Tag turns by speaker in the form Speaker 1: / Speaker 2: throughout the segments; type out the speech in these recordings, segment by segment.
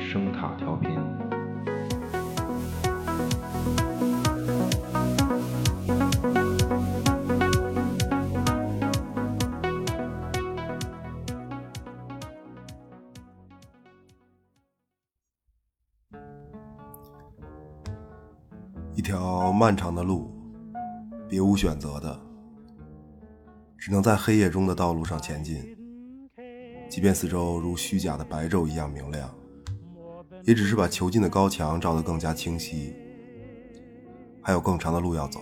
Speaker 1: 声塔调频。
Speaker 2: 一条漫长的路，别无选择的，只能在黑夜中的道路上前进。即便四周如虚假的白昼一样明亮，也只是把囚禁的高墙照得更加清晰。还有更长的路要走，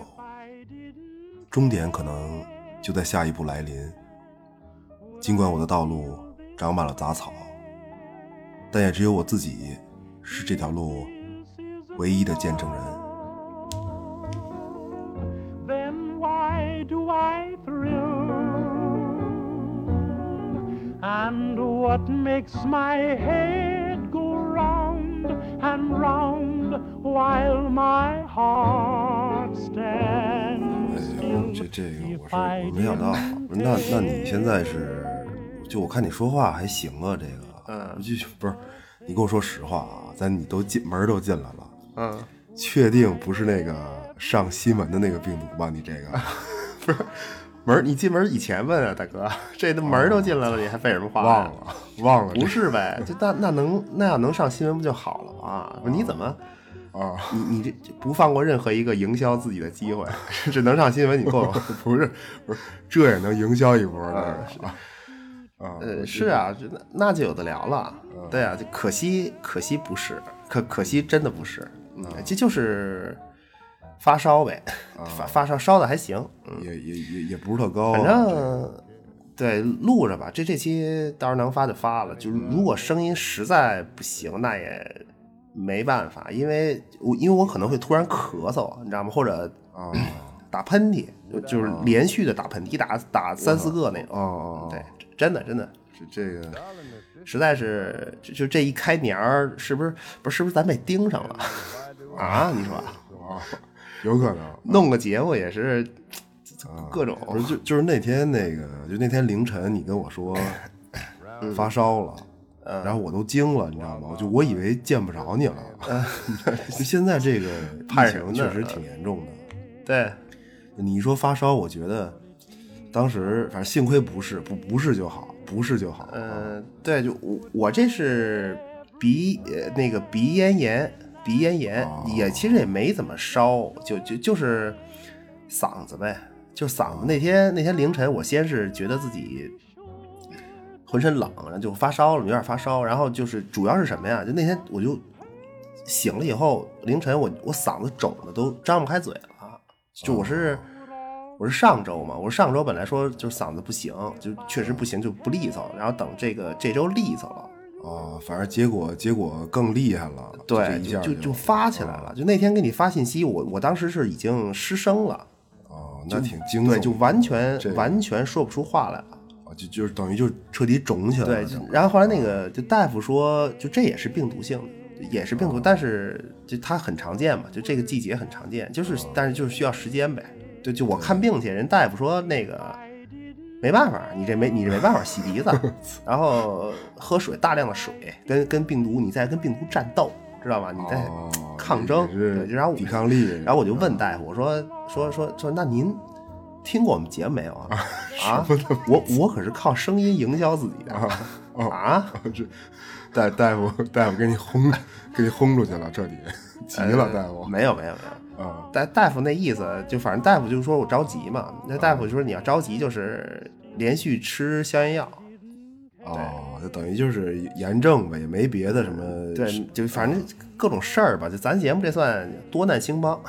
Speaker 2: 终点可能就在下一步来临。尽管我的道路长满了杂草，但也只有我自己是这条路唯一的见证人。
Speaker 3: then why do I thrill? And what makes my head go round and round while my heart
Speaker 2: 哎
Speaker 3: stands
Speaker 2: 呦
Speaker 3: still?
Speaker 2: 这这个
Speaker 3: If
Speaker 2: 我是我
Speaker 3: I
Speaker 2: 没想到
Speaker 3: didn't，
Speaker 2: 不是那那你现在是，就我看你说话还行啊，这个，
Speaker 4: 嗯
Speaker 2: 就不是，你跟我说实话啊，咱你都进门儿都进来了，
Speaker 4: 嗯，
Speaker 2: 确定不是那个上新闻的那个病毒吧？你这个，
Speaker 4: 不是门儿，你进门儿以前问啊，大哥，这都门儿都进来了，你还废什么话？
Speaker 2: 哦忘了，忘了这
Speaker 4: 不是呗？就那那能那要能上新闻不就好了吗？不是你怎么
Speaker 2: 啊，
Speaker 4: 你你这这不放过任何一个营销自己的机会，这能上新闻你 够？
Speaker 2: 不是不是，这也能营销一波呢
Speaker 4: 嗯是？
Speaker 2: 啊，
Speaker 4: 呃，是啊，这那那就有的聊了。
Speaker 2: 嗯
Speaker 4: 对啊，就可惜可惜不是，可可惜真的不是，嗯，这就是发烧呗，
Speaker 2: 嗯
Speaker 4: 发发烧烧的还行，嗯。
Speaker 2: 也也也也不是特高啊，
Speaker 4: 反正对录着吧，这这期到时候能发就发了。就是如果声音实在不行，那也没办法，因为我因为我可能会突然咳嗽，你知道吗？或者
Speaker 2: 啊，
Speaker 4: 打喷嚏，就就是连续的打喷嚏，一打打三四个那种。
Speaker 2: 哦哦哦
Speaker 4: 对，真的真的，
Speaker 2: 这这个
Speaker 4: 实在是就就这一开年儿，是不是不是是不是咱被盯上了 啊？你说
Speaker 2: 啊，有可能。
Speaker 4: 弄个节目也是各种
Speaker 2: 哦不是就就是那天那个，就那天凌晨你跟我 说发烧了，
Speaker 4: 嗯
Speaker 2: 然后我都惊了，你知道吗？就我以为见不着你了， 就现在这个
Speaker 4: 嗯怕
Speaker 2: 疫
Speaker 4: 什么
Speaker 2: 情
Speaker 4: 呢
Speaker 2: 确实挺严重的。
Speaker 4: 对。
Speaker 2: 你一说发烧，我觉得当时反正幸亏不是，不不是就好，不是就好。
Speaker 4: 嗯，对，就我我这是鼻呃那个鼻咽炎，鼻咽炎、
Speaker 2: 哦
Speaker 4: 也其实也没怎么烧，就就就是嗓子呗，就嗓子。那天那天凌晨，我先是觉得自己浑身冷，然后就发烧了，有点发烧，然后就是主要是什么呀？就那天我就醒了以后，凌晨我我嗓子肿的都张不开嘴了，就我是。我是上周嘛，我是上周本来说就是嗓子不行，就确实不行，就不利索。然后等这个这周利索了，
Speaker 2: 啊，反正结果结果更厉害了，就啊这
Speaker 4: 对，
Speaker 2: 一
Speaker 4: 就
Speaker 2: 下
Speaker 4: 就就发起来了。就那天给你发信息，我我当时是已经失声了，
Speaker 2: 哦，那挺惊悚的，
Speaker 4: 对，就完全
Speaker 2: 这个
Speaker 4: 完全说不出话来了。
Speaker 2: 啊就就是等于就彻底肿起来
Speaker 4: 对
Speaker 2: 了，，
Speaker 4: 就然后后来那个就大夫说，就这也是病毒性的，也是病
Speaker 2: 啊
Speaker 4: 毒，但是就它很常见嘛，就这个季节很常见，就是
Speaker 2: 啊
Speaker 4: 但是就是需要时间呗。就就我看病去，人大夫说那个没办法，你这没你这没办法洗 鼻子，然后喝水大量的水，跟跟病毒你在跟病毒战斗，知道吗？你在
Speaker 2: 哦
Speaker 4: 抗争，
Speaker 2: 也是
Speaker 4: 对，就然后我
Speaker 2: 抵抗力，
Speaker 4: 然后我就问大夫，我说说说说，那您听过我们节目没有啊？啊，我我可是靠声音营销自己的啊！
Speaker 2: 哦 这大大夫大夫给你轰给你轰出去了，彻底急了，大夫
Speaker 4: 哎呃没有没有没有，
Speaker 2: 啊
Speaker 4: 大大夫那意思就反正大夫就说我着急嘛，那大夫就说你要着急就是连续吃消炎药，
Speaker 2: 哦，就等于就是炎症呗，也没别的什么
Speaker 4: 对，就反正各种事儿吧，就咱节目这算多难 兴邦。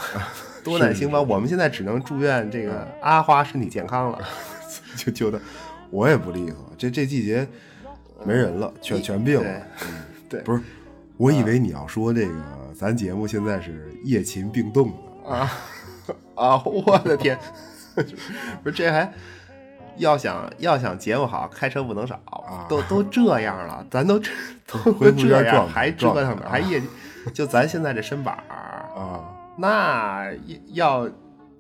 Speaker 4: 多难兴邦，我们现在只能祝愿这个阿花身体健康了。
Speaker 2: 就就的，我也不利索，这这季节没人了，全全病了，嗯
Speaker 4: 对啊
Speaker 2: 不是，我以为你要说这个，咱节目现在是夜勤病动的
Speaker 4: 啊啊！ 我的天，不是这还要想要想节目好，开车不能少，
Speaker 2: 啊
Speaker 4: 都都这样了，咱都这 都
Speaker 2: 恢复
Speaker 4: 这
Speaker 2: 一下
Speaker 4: 样
Speaker 2: 状态
Speaker 4: 还折
Speaker 2: 状态
Speaker 4: 腾呢，还业绩，就咱现在这身板儿，
Speaker 2: 啊，
Speaker 4: 那要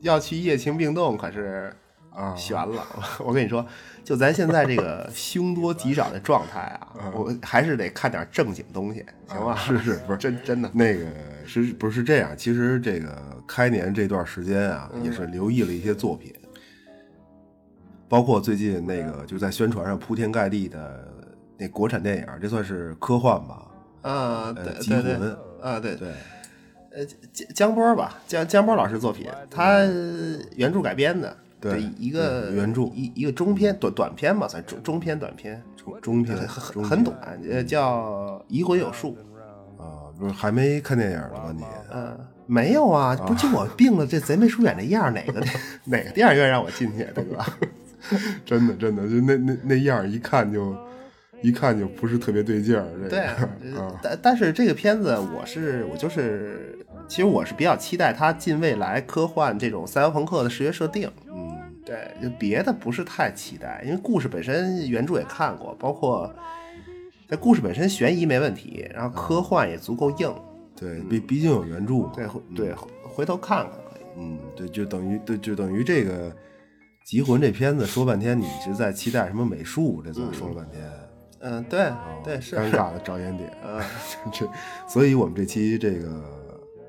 Speaker 4: 要去夜情病动可是
Speaker 2: 啊，
Speaker 4: 悬了。 我跟你说，就咱现在这个凶多吉少的状态 啊，我还是得看点正经东西，行吧？
Speaker 2: 啊是是，不是
Speaker 4: 真真的，
Speaker 2: 那个是不是这样？其实这个开年这段时间啊，
Speaker 4: 嗯
Speaker 2: 也是留意了一些作品，包括最近那个就在宣传上铺天盖地的那国产电影，这算是科幻吧？
Speaker 4: 啊，对
Speaker 2: 呃，
Speaker 4: 对
Speaker 2: 集
Speaker 4: 对
Speaker 2: 魂，
Speaker 4: 啊，对，
Speaker 2: 对，
Speaker 4: 呃，江江波吧，江江波老师作品，他原著改编的，
Speaker 2: 嗯对
Speaker 4: 一个
Speaker 2: 嗯原著
Speaker 4: 一一个中篇短短篇吧，算中中篇短篇，
Speaker 2: 中中篇
Speaker 4: 很
Speaker 2: 中
Speaker 4: 很
Speaker 2: 篇
Speaker 4: 很短，呃，叫《移魂有术》。
Speaker 2: 啊，不是还没看电影呢吗？你
Speaker 4: 嗯，没有啊，不就我病了这贼眉鼠眼的样儿，哪 个哪个电影院让我进去，对吧？
Speaker 2: 真的真的就那那那样儿一看就一看就不是特别对嗯劲儿，这个
Speaker 4: 对 啊，呃但但是这个片子我是我就是，其实我是比较期待它近未来科幻这种赛博朋克的视觉设定。
Speaker 2: 嗯
Speaker 4: 对，就别的不是太期待，因为故事本身原著也看过，包括在故事本身悬疑没问题，然后
Speaker 2: 嗯
Speaker 4: 科幻也足够硬。
Speaker 2: 对，毕毕竟有原著嘛，
Speaker 4: 对对，回回头看看可以。
Speaker 2: 嗯，对，就等于对，就等于这个《集魂》这片子说半天，你是在期待什么美术？这算说了半天，
Speaker 4: 嗯，对
Speaker 2: 啊
Speaker 4: 对是。
Speaker 2: 尴尬的着眼点。啊
Speaker 4: 嗯
Speaker 2: 这，所以我们这期这个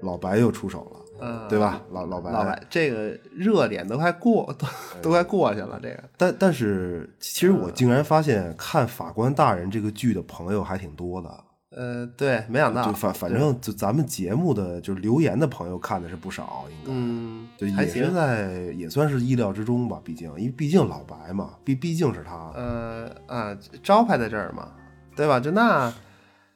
Speaker 2: 老白又出手了，
Speaker 4: 嗯
Speaker 2: 对吧？老老白，
Speaker 4: 老板，这个热点都快过
Speaker 2: 哎
Speaker 4: 都都快过去了，这个
Speaker 2: 但但是，其实我竟然发现看《法官大人》这个剧的朋友还挺多的。
Speaker 4: 呃，对，没想到
Speaker 2: 就，反反正就咱们节目的就是留言的朋友看的是不少，应该。
Speaker 4: 嗯
Speaker 2: 对，，
Speaker 4: 还
Speaker 2: 也是
Speaker 4: 行，
Speaker 2: 在也算是意料之中吧，毕竟，因为毕竟老白嘛，毕毕竟是他，
Speaker 4: 呃啊，招牌在这儿嘛，对吧？就那，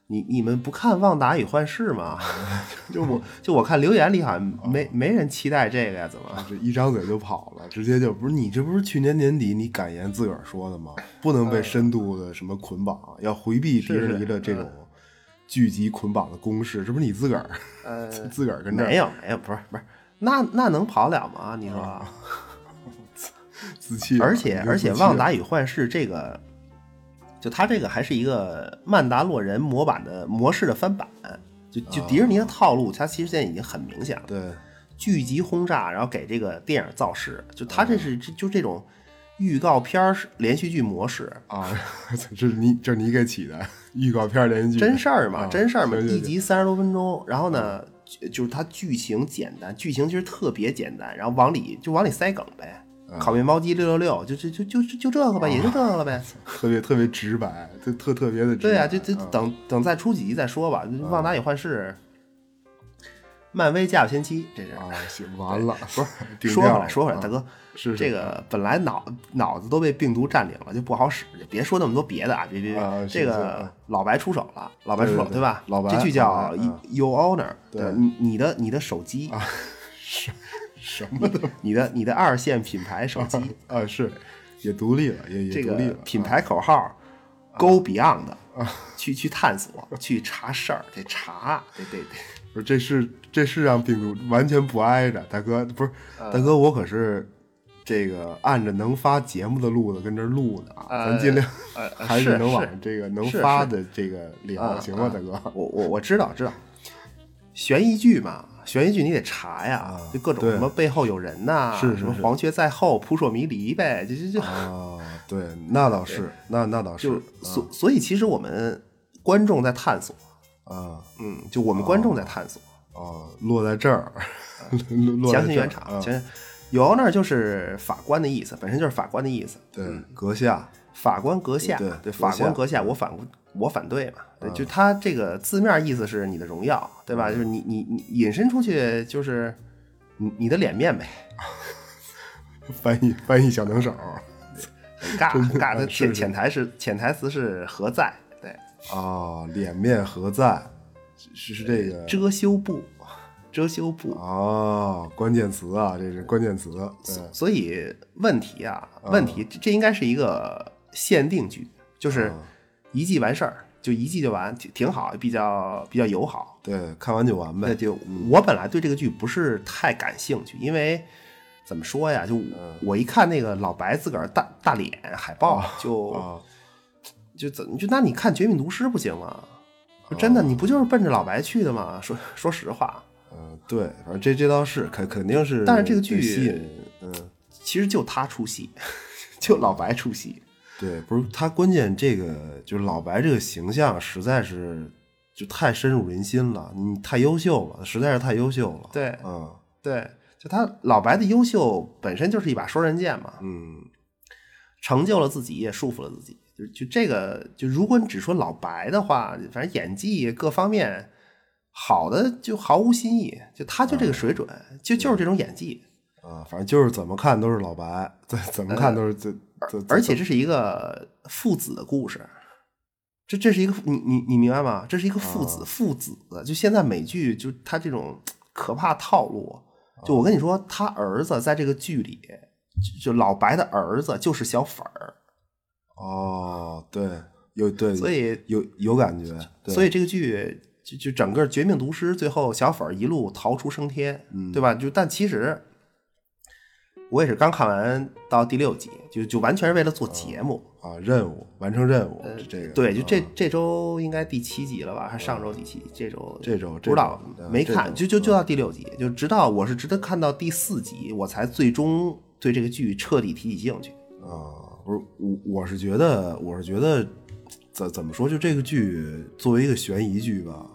Speaker 4: 你你们不看《旺达与幻视》吗？ 就我就我看留言里好像
Speaker 2: 哦
Speaker 4: 没没人期待这个呀，怎么？
Speaker 2: 啊这一张嘴就跑了，直接就不是你这不是去年年底你敢言自个儿说的吗？不能被深度的什么捆绑，要回避迪士尼的这种聚集捆绑的公式，这不是你自个儿、
Speaker 4: 呃，
Speaker 2: 自个儿跟这儿
Speaker 4: 没有没有，不是不是，那那能跑了吗？你说？
Speaker 2: 啊自弃了，
Speaker 4: 而且
Speaker 2: 你就
Speaker 4: 而
Speaker 2: 自弃
Speaker 4: 且，《
Speaker 2: 了
Speaker 4: 旺达与幻视》这个，就它这个还是一个曼达洛人模板的模式的翻版，就就
Speaker 2: 啊
Speaker 4: 迪士尼的套路，它其实现在已经很明显了，
Speaker 2: 对
Speaker 4: 聚集轰炸，然后给这个电影造势，就它
Speaker 2: 啊
Speaker 4: 这是就就这种预告片儿连续剧模式，
Speaker 2: 啊， 这是你这是你给起的预告片连续剧，
Speaker 4: 真事儿嘛，
Speaker 2: 啊
Speaker 4: 真事儿嘛，
Speaker 2: 行行
Speaker 4: 一集三十多分钟，然后呢，
Speaker 2: 嗯
Speaker 4: 就就是它剧情简单，剧情其实特别简单，然后往里就往里塞梗呗，
Speaker 2: 嗯
Speaker 4: 烤面包机六六六，就就就就就就这
Speaker 2: 啊
Speaker 4: 个呗，也就这个 了呗。
Speaker 2: 特别特别直白，特特特别的直白，啊
Speaker 4: 对呀、就就等
Speaker 2: 嗯
Speaker 4: 等再出几集再说吧。就旺达与幻视，漫威家有先期，这是
Speaker 2: 啊，嗯行完了，不是
Speaker 4: 说回来说回来，大，
Speaker 2: 顶掉了
Speaker 4: 哥，
Speaker 2: 是是
Speaker 4: 这个本来脑脑子都被病毒占领了，就不好使，就别说那么多别的啊，别别别，
Speaker 2: 啊是
Speaker 4: 这
Speaker 2: 是
Speaker 4: 个
Speaker 2: 啊
Speaker 4: 老白出手了，老白出
Speaker 2: 对
Speaker 4: 手
Speaker 2: 对
Speaker 4: 了吧？
Speaker 2: 老白
Speaker 4: 这剧
Speaker 2: 老
Speaker 4: 叫
Speaker 2: 白嗯
Speaker 4: You Honor，
Speaker 2: 对啊
Speaker 4: 吧你你的你的手机，
Speaker 2: 什么都
Speaker 4: 你的你的二线品牌手机，
Speaker 2: 啊是也独立了，也也
Speaker 4: 这
Speaker 2: 独
Speaker 4: 个
Speaker 2: 立了，啊
Speaker 4: 品牌口号。Go beyond，、去去探索，去查事儿，得查，得得得，
Speaker 2: 不是，这是这是让病毒完全不挨着，大哥不是，
Speaker 4: 呃
Speaker 2: 大哥，我可是这个按着能发节目的路子跟这儿录的啊，
Speaker 4: 呃
Speaker 2: 咱尽量
Speaker 4: 呃呃
Speaker 2: 还
Speaker 4: 是
Speaker 2: 能往
Speaker 4: 是
Speaker 2: 这个能
Speaker 4: 是
Speaker 2: 发
Speaker 4: 是
Speaker 2: 的这个聊，
Speaker 4: 啊
Speaker 2: 行吧，
Speaker 4: 啊
Speaker 2: 大哥？
Speaker 4: 我我我知道知道，悬疑剧嘛，悬疑剧你得查呀，就各种
Speaker 2: 啊对
Speaker 4: 什么背后有人呐、
Speaker 2: 是是
Speaker 4: 什么
Speaker 2: 是
Speaker 4: 黄雀在后，扑朔迷离呗，就就就、
Speaker 2: 啊，对，那倒是，嗯啊那那倒
Speaker 4: 嗯就是所、所以其实我们观众在探索，
Speaker 2: 啊
Speaker 4: 嗯，就我们观众在探索，
Speaker 2: 哦，落在这儿，落 落在
Speaker 4: 嗯强行
Speaker 2: 这
Speaker 4: 圆
Speaker 2: 儿
Speaker 4: 场，
Speaker 2: 啊
Speaker 4: 强行有那儿就是法官的意思，本身就是法官的意思，
Speaker 2: 对，阁下
Speaker 4: 法官阁下，
Speaker 2: 对阁
Speaker 4: 法官
Speaker 2: 下啊
Speaker 4: 阁下，我反我反对嘛，对，就他这个字面意思是你的荣耀，
Speaker 2: 嗯
Speaker 4: 对吧？就是你你你引申出去就是你你的脸面呗，
Speaker 2: 翻译翻译小能手
Speaker 4: 很尬很尬，他
Speaker 2: 啊是
Speaker 4: 潜
Speaker 2: 是
Speaker 4: 潜台是潜台词是何在？对，
Speaker 2: 啊，脸面何在？是是这个
Speaker 4: 遮羞布，遮羞布。
Speaker 2: 哦，关键词啊，这是关键词。对，
Speaker 4: 所以问题啊，问题这这应该是一个限定句，就是
Speaker 2: 啊
Speaker 4: 一季完事儿，就一季就完，挺挺好，比较比较友好。
Speaker 2: 对，嗯看完就完
Speaker 4: 那
Speaker 2: 呗。
Speaker 4: 就我本来对这个剧不是太感兴趣，因为怎么说呀，就我一看那个老白自个儿大大脸海报，就
Speaker 2: 嗯啊
Speaker 4: 就怎么就那你看《绝命毒师》不行吗？就真的，你不就是奔着老白去的吗？说说实话，
Speaker 2: 嗯，对，反正这这倒是肯肯定是，
Speaker 4: 但是这个剧
Speaker 2: 吸引，嗯，
Speaker 4: 其实就他出戏， 就老白出戏。
Speaker 2: 对，不是他，关键这个就是老白这个形象实在是就太深入人心了，你太优秀了，实在是太优秀了。
Speaker 4: 对
Speaker 2: 嗯
Speaker 4: 对，就他老白的优秀本身就是一把双刃剑嘛，
Speaker 2: 嗯，
Speaker 4: 成就了自己，也束缚了自己。就就这个，就如果你只说老白的话，反正演技各方面好的就毫无新意，就他就这个水准，就就是这种演技。
Speaker 2: 啊，反正就是怎么看都是老白，怎怎么看都是这这，
Speaker 4: 呃而且这是一个父子的故事，这这是一个你你你明白吗？这是一个父
Speaker 2: 啊
Speaker 4: 子、父子，就现在美剧就他这种可怕套路，
Speaker 2: 啊
Speaker 4: 就我跟你说，他儿子在这个剧里，就就老白的儿子就是小粉儿，
Speaker 2: 哦，对，有对，
Speaker 4: 所以
Speaker 2: 有有感觉，对
Speaker 4: 所以这个剧就就整个《绝命毒师》，最后小粉儿一路逃出升天，
Speaker 2: 嗯
Speaker 4: 对吧？就但其实我也是刚看完到第六集，就就完全是为了做节目。
Speaker 2: 啊，任务完成任务，这个
Speaker 4: 呃对，就这
Speaker 2: 啊
Speaker 4: 这周应该第七集了吧，还是上周第七集？这周
Speaker 2: 这周
Speaker 4: 不知道
Speaker 2: 这周
Speaker 4: 没
Speaker 2: 这
Speaker 4: 看，
Speaker 2: 周嗯
Speaker 4: 就就就到第六集，就直到我是直到看到第四集，我才最终对这个剧彻底提起兴趣。
Speaker 2: 啊，不是我，我是觉得，我是觉得，怎怎么说？就这个剧作为一个悬疑剧吧，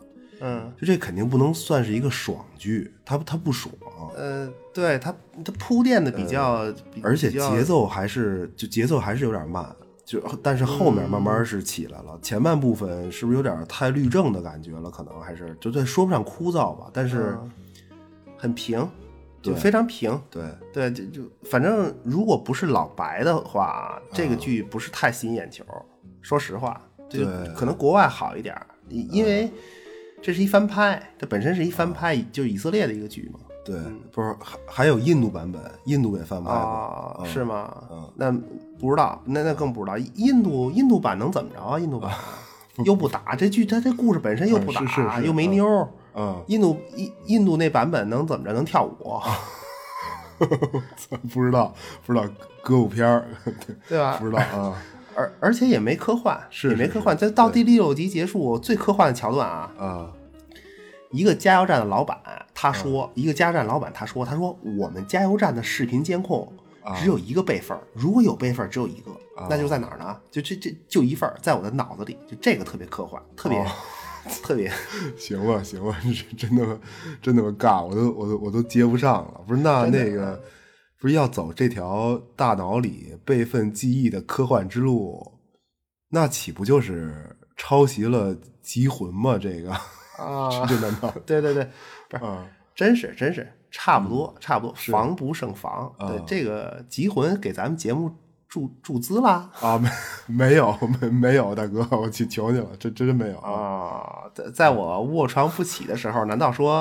Speaker 4: 嗯，
Speaker 2: 就这肯定不能算是一个爽剧，它它不爽，
Speaker 4: 呃，对它它铺垫的比较，比
Speaker 2: 嗯而且
Speaker 4: 比较
Speaker 2: 节奏还是就节奏还是有点慢，就但是后面慢
Speaker 4: 嗯
Speaker 2: 慢是起来了，前半部分是不是有点太律政的感觉了？可能还是就这说不上枯燥吧，但是、
Speaker 4: 嗯很平，就
Speaker 2: 对
Speaker 4: 非常平。
Speaker 2: 对
Speaker 4: 对，就就反正如果不是老白的话，啊这
Speaker 2: 嗯
Speaker 4: 个剧不是太吸引眼球。说实话，就
Speaker 2: 对嗯
Speaker 4: 可能国外好一点儿，因因为这是一翻拍，这本身是一翻拍，就以色列的一个剧嘛。
Speaker 2: 对，不是还还有印度版本，印度也翻拍过，
Speaker 4: 嗯啊，
Speaker 2: 嗯
Speaker 4: 是吗？
Speaker 2: 嗯
Speaker 4: 那不知道，那那更不知道。印度印度版能怎么着啊？印度版 又不打这剧，它这故事本身又不打，
Speaker 2: 嗯是是是
Speaker 4: 又没妞儿。
Speaker 2: 嗯，
Speaker 4: 印度印印度那版本能怎么着？能跳舞，
Speaker 2: 啊 不知道不知道歌舞片儿，
Speaker 4: 对吧？
Speaker 2: 不知道啊。
Speaker 4: 而而且也没科幻，
Speaker 2: 是
Speaker 4: 也没
Speaker 2: 是
Speaker 4: 科
Speaker 2: 是
Speaker 4: 幻。这到
Speaker 2: 对
Speaker 4: 第六集结束，最科幻的桥段啊，
Speaker 2: 啊
Speaker 4: 一个加油站的老板
Speaker 2: 嗯
Speaker 4: 他说，一个加油站老板他说，他说我们加油站的视频监控
Speaker 2: 啊
Speaker 4: 只有一个备份儿，如果有备份儿只有一个
Speaker 2: 啊，
Speaker 4: 那就在哪儿呢？就这这就一份儿，在我的脑子里，就这个特别科幻，特别
Speaker 2: 哦
Speaker 4: 特 别。
Speaker 2: 行吧，行吧，这真他妈真他妈尬，我都我都我都接不上了。不是那
Speaker 4: 真的啊
Speaker 2: 那个，不是要走这条大脑里备份记忆的科幻之路，那岂不就是抄袭了《极魂》吗？这个
Speaker 4: 啊
Speaker 2: 这难道
Speaker 4: 对对对，不是，
Speaker 2: 啊？
Speaker 4: 真是真是差不
Speaker 2: 嗯
Speaker 4: 多差不多，防不胜防。
Speaker 2: 啊
Speaker 4: 对这个《极魂》给咱们节目注注资啦。
Speaker 2: 啊，没没有没没有，大哥，我去求你了，这真没有！
Speaker 4: 啊，在在我卧床不起的时候，难道说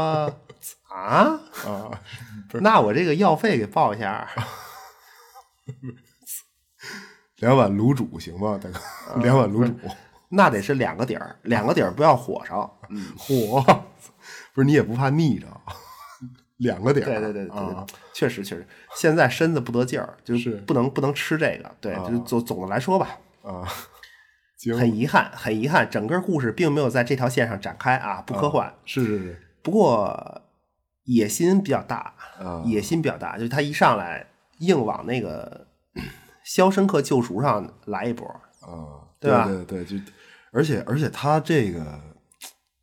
Speaker 4: 啊？
Speaker 2: 啊
Speaker 4: 那我这个药费给报一下，
Speaker 2: 两碗卤煮行吗，大
Speaker 4: 啊
Speaker 2: 哥？两碗卤煮，
Speaker 4: 那得是两个底儿，两个底儿不要火烧。
Speaker 2: 嚯、不是你也不怕腻着？两个点儿
Speaker 4: 对对对对对，
Speaker 2: 啊
Speaker 4: 确实确实，现在身子不得劲儿，就是
Speaker 2: 是
Speaker 4: 不能不能吃这个。对，就是总总的来说吧，
Speaker 2: 啊，行，
Speaker 4: 很遗憾，很遗憾，整个故事并没有在这条线上展开啊，不科幻。
Speaker 2: 是是是，
Speaker 4: 不过野心比较大，
Speaker 2: 啊
Speaker 4: 野心比较大，就是他一上来硬往那个 《肖申克救赎》上来一波。
Speaker 2: 啊，对
Speaker 4: 对吧
Speaker 2: 对对，就而且而且他这个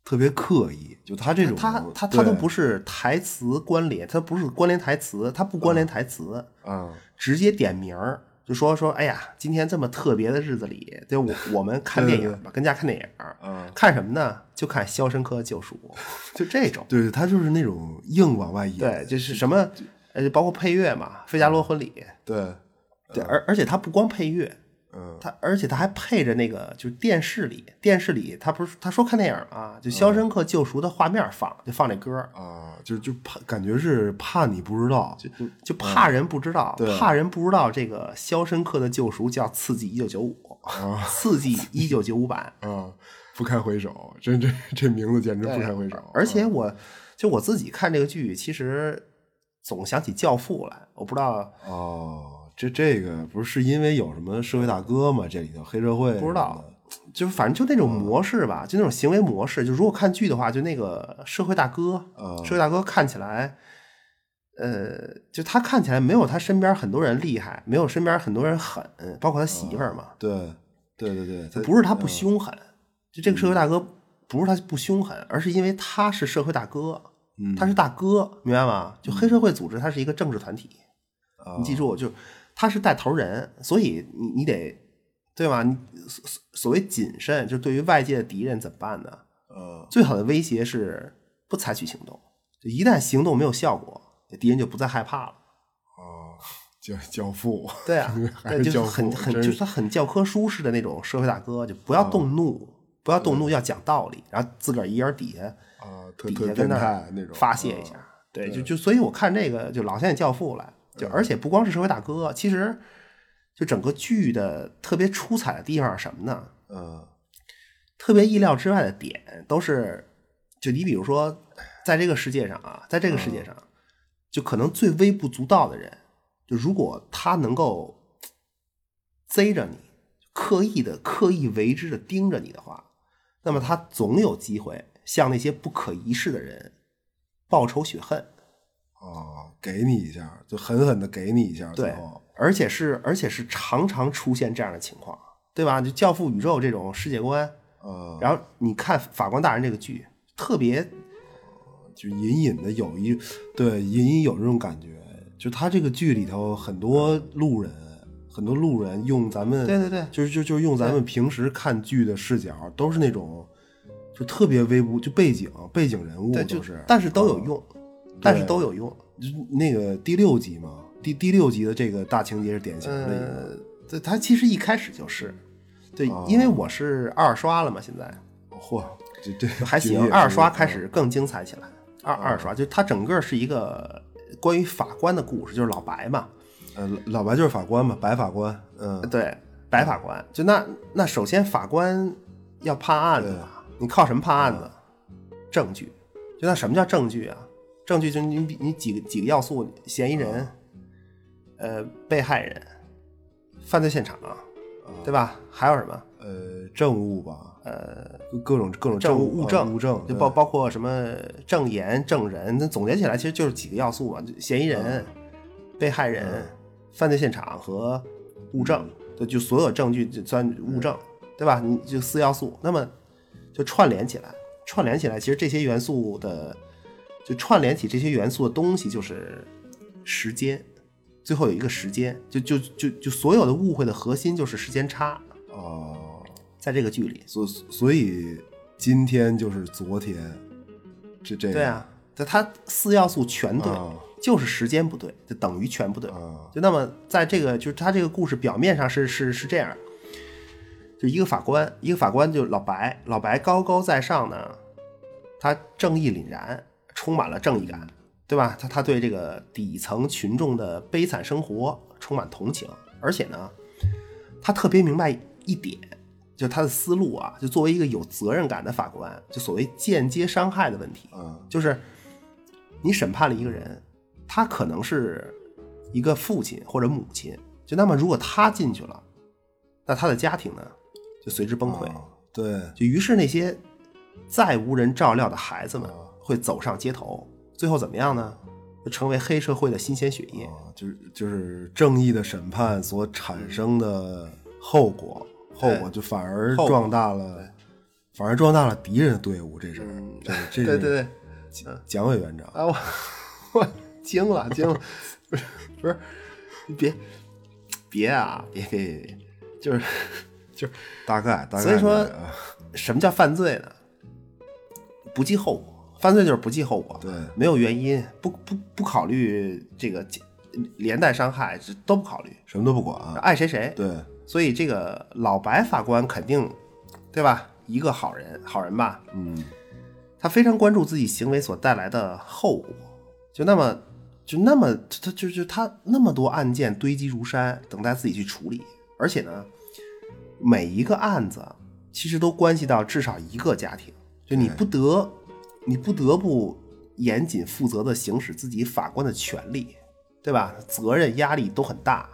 Speaker 2: 特别刻意，就他这种
Speaker 4: 他他他都不
Speaker 2: 是
Speaker 4: 是台词关联，他不是关联台词，他不关联台词，
Speaker 2: 啊
Speaker 4: 直接点名儿，就说说，哎呀，今天这么特别的日子里，对嗯我我们看电影吧，跟家看电影儿，
Speaker 2: 啊，
Speaker 4: 看什么呢？就看《肖申克救 赎》，就这种，
Speaker 2: 对对，他就是那种硬往外引，
Speaker 4: 对，就是嗯什么，呃，包括配乐嘛，《费加罗婚礼》，
Speaker 2: 对，
Speaker 4: 对，而而且他不光配乐，
Speaker 2: 嗯
Speaker 4: 他而且他还配着那个就是电视里，电视里他不是他说看电影啊，就《肖申克救赎》的画面放，就放这歌儿，
Speaker 2: 啊，就就怕感觉是怕你不知道，就
Speaker 4: 就怕人不知道，
Speaker 2: 嗯对
Speaker 4: 怕人不知道这个《肖申克的救赎》叫《刺激一九九五》， 刺激一九九五版。
Speaker 2: 啊不堪回首，这这这名字简直不堪回首，啊
Speaker 4: 而且我就我自己看这个剧，其实总想起《教父》来，我不知道
Speaker 2: 哦，这这个不是是因为有什么社会大哥吗？这里头黑社会
Speaker 4: 不知道
Speaker 2: 什么的。
Speaker 4: 就是反正就
Speaker 2: 嗯
Speaker 4: 那种模式吧，就那种行为模
Speaker 2: 嗯
Speaker 4: 式。就如果看剧的话，就那个社会大哥，社会大哥看起来，呃，就他看起来没有他身边很多人厉害，没有身边很多人狠，包括他媳妇儿嘛，
Speaker 2: 对对对对，他
Speaker 4: 啊不是他不凶狠，就这个社会大哥不是他不凶狠，而是因为他是社会大哥，
Speaker 2: 嗯
Speaker 4: 他是大哥，明白吗？就黑社会组织，它是一个政治团体，
Speaker 2: 啊
Speaker 4: 你记住，就他是带头人，所以你你得对吧？你所所所谓谨慎，就对于外界的敌人怎么办呢？
Speaker 2: 呃
Speaker 4: 最好的威胁是不采取行动，就一旦行动没有效果，敌人就不再害怕了。
Speaker 2: 啊，教教父，，
Speaker 4: 对啊
Speaker 2: 还
Speaker 4: 对，
Speaker 2: 是哦
Speaker 4: 就是
Speaker 2: 教父
Speaker 4: 很很
Speaker 2: 真
Speaker 4: 就是是他很教科书式的那种社会大哥，就不要动怒，不要动怒，要讲道理，然后自个儿一人底下
Speaker 2: 啊，特
Speaker 4: 底
Speaker 2: 特
Speaker 4: 下
Speaker 2: 变
Speaker 4: 跟那
Speaker 2: 态
Speaker 4: 儿
Speaker 2: 那种，嗯
Speaker 4: 发泄一下。对，就就所以我看这个就老现教父了，就
Speaker 2: 嗯
Speaker 4: 而且不光是社会大哥，其实就整个剧的特别出彩的地方是什么呢？
Speaker 2: 嗯，
Speaker 4: 特别意料之外的点都是，就你比如说，在这个世界上啊，在这个
Speaker 2: 嗯
Speaker 4: 世界上，就可能最微不足道的人，就如果他能够贼着你，刻意的刻意为之的盯着你的话，那么他总有机会向那些不可一世的人报仇雪恨。
Speaker 2: 啊，给你一下，就狠狠的给你一下，最
Speaker 4: 对
Speaker 2: 后，
Speaker 4: 而且是而且是常常出现这样的情况，对吧？就教父宇宙这种世界观，
Speaker 2: 呃，
Speaker 4: 然后你看《法官大人》这个剧，特别
Speaker 2: 就隐隐的有一，对，隐隐有这种感觉，就他这个剧里头很多路人，很多路人用咱们，
Speaker 4: 对对对
Speaker 2: 就是就就是用咱们平时看剧的视角，都是那种就特别微不就背景背景人物
Speaker 4: 对，
Speaker 2: 都，
Speaker 4: 就是但是都有用，但
Speaker 2: 嗯
Speaker 4: 是
Speaker 2: 对
Speaker 4: 都有用。
Speaker 2: 就是那个第六集嘛，第第六集的这个大情节是典型的一个，
Speaker 4: 呃，对，他其实一开始就是，对
Speaker 2: 哦，
Speaker 4: 因为我是二刷了嘛，现在
Speaker 2: 嚯、这这
Speaker 4: 呃还
Speaker 2: 这也
Speaker 4: 行，
Speaker 2: 是
Speaker 4: 二刷开始更精彩起来。二二刷就它整个是一个关于法官的故事，就是老白嘛，
Speaker 2: 呃，老白就是法官嘛，白法官，嗯，
Speaker 4: 对，白法官。就那那首先法官要判案子吧，你靠什么判案子？证据。就那什么叫证据啊？证据就是你比你几个几个要素：嫌疑人、呃被害人、犯罪现场，对吧？还有什么？
Speaker 2: 呃，政务吧，呃，各种各种
Speaker 4: 证
Speaker 2: 务
Speaker 4: 物
Speaker 2: 物
Speaker 4: 证、
Speaker 2: 物证，
Speaker 4: 就
Speaker 2: 对
Speaker 4: 包包括什么证言、证人，那总结起来其实就是几个要素嘛：就嫌疑人、被害人、犯罪现场和物证，就就所有证据就算物证，对吧？你就四要素，那么就串联起来，串联起来，其实这些元素的就串联起这些元素的东西就是时间，最后有一个时间，就就就就所有的误会的核心就是时间差，
Speaker 2: 哦，
Speaker 4: 在这个剧里，
Speaker 2: 所所以今天就是昨天，这这个
Speaker 4: 对啊，它它四要素全对，
Speaker 2: 啊
Speaker 4: 就是时间不对，就等于全不对。
Speaker 2: 啊
Speaker 4: 就那么在这个就是他这个故事表面上是是是这样，就一个法官，一个法官就老白，老白高高在上呢，他正义凛然，充满了正义感，
Speaker 2: 嗯
Speaker 4: 对吧？他他对这个底层群众的悲惨生活充满同情，而且呢，他特别明白一点，就他的思路啊，就作为一个有责任感的法官，就所谓间接伤害的问题，
Speaker 2: 啊
Speaker 4: 就是你审判了一个人，他可能是一个父亲或者母亲，就那么如果他进去了，那他的家庭呢就随之崩溃，
Speaker 2: 啊对，
Speaker 4: 就于是那些再无人照料的孩子们会走上街头，最后怎么样呢？就成为黑社会的新鲜血液。
Speaker 2: 啊，就是就是正义的审判所
Speaker 4: 嗯
Speaker 2: 产生的后果，后果就反而
Speaker 4: 后果
Speaker 2: 壮大了，反而壮大了敌人的队伍，这是 这这是
Speaker 4: 嗯对，
Speaker 2: 蒋委员长
Speaker 4: 啊，我我惊了惊了，不是不是，你别别啊，别别别别，就是就是
Speaker 2: 大概大概，
Speaker 4: 所以说
Speaker 2: 啊
Speaker 4: 什么叫犯罪呢？不计后果，犯罪就是不计后果，
Speaker 2: 对
Speaker 4: 没有原因，不不不考虑这个连带伤害，这都不考虑，
Speaker 2: 什么都不管，啊
Speaker 4: 爱谁谁。，
Speaker 2: 对，
Speaker 4: 所以这个老白法官肯定，对吧？一个好人，好人吧，
Speaker 2: 嗯
Speaker 4: 他非常关注自己行为所带来的后果，就那么就那么他就就他那么多案件堆积如山，等待自己去处理，而且呢，每一个案子其实都关系到至少一个家庭，就你
Speaker 2: 对
Speaker 4: 不得你不得不严谨负责的行使自己法官的权利，对吧？责任压力都很大，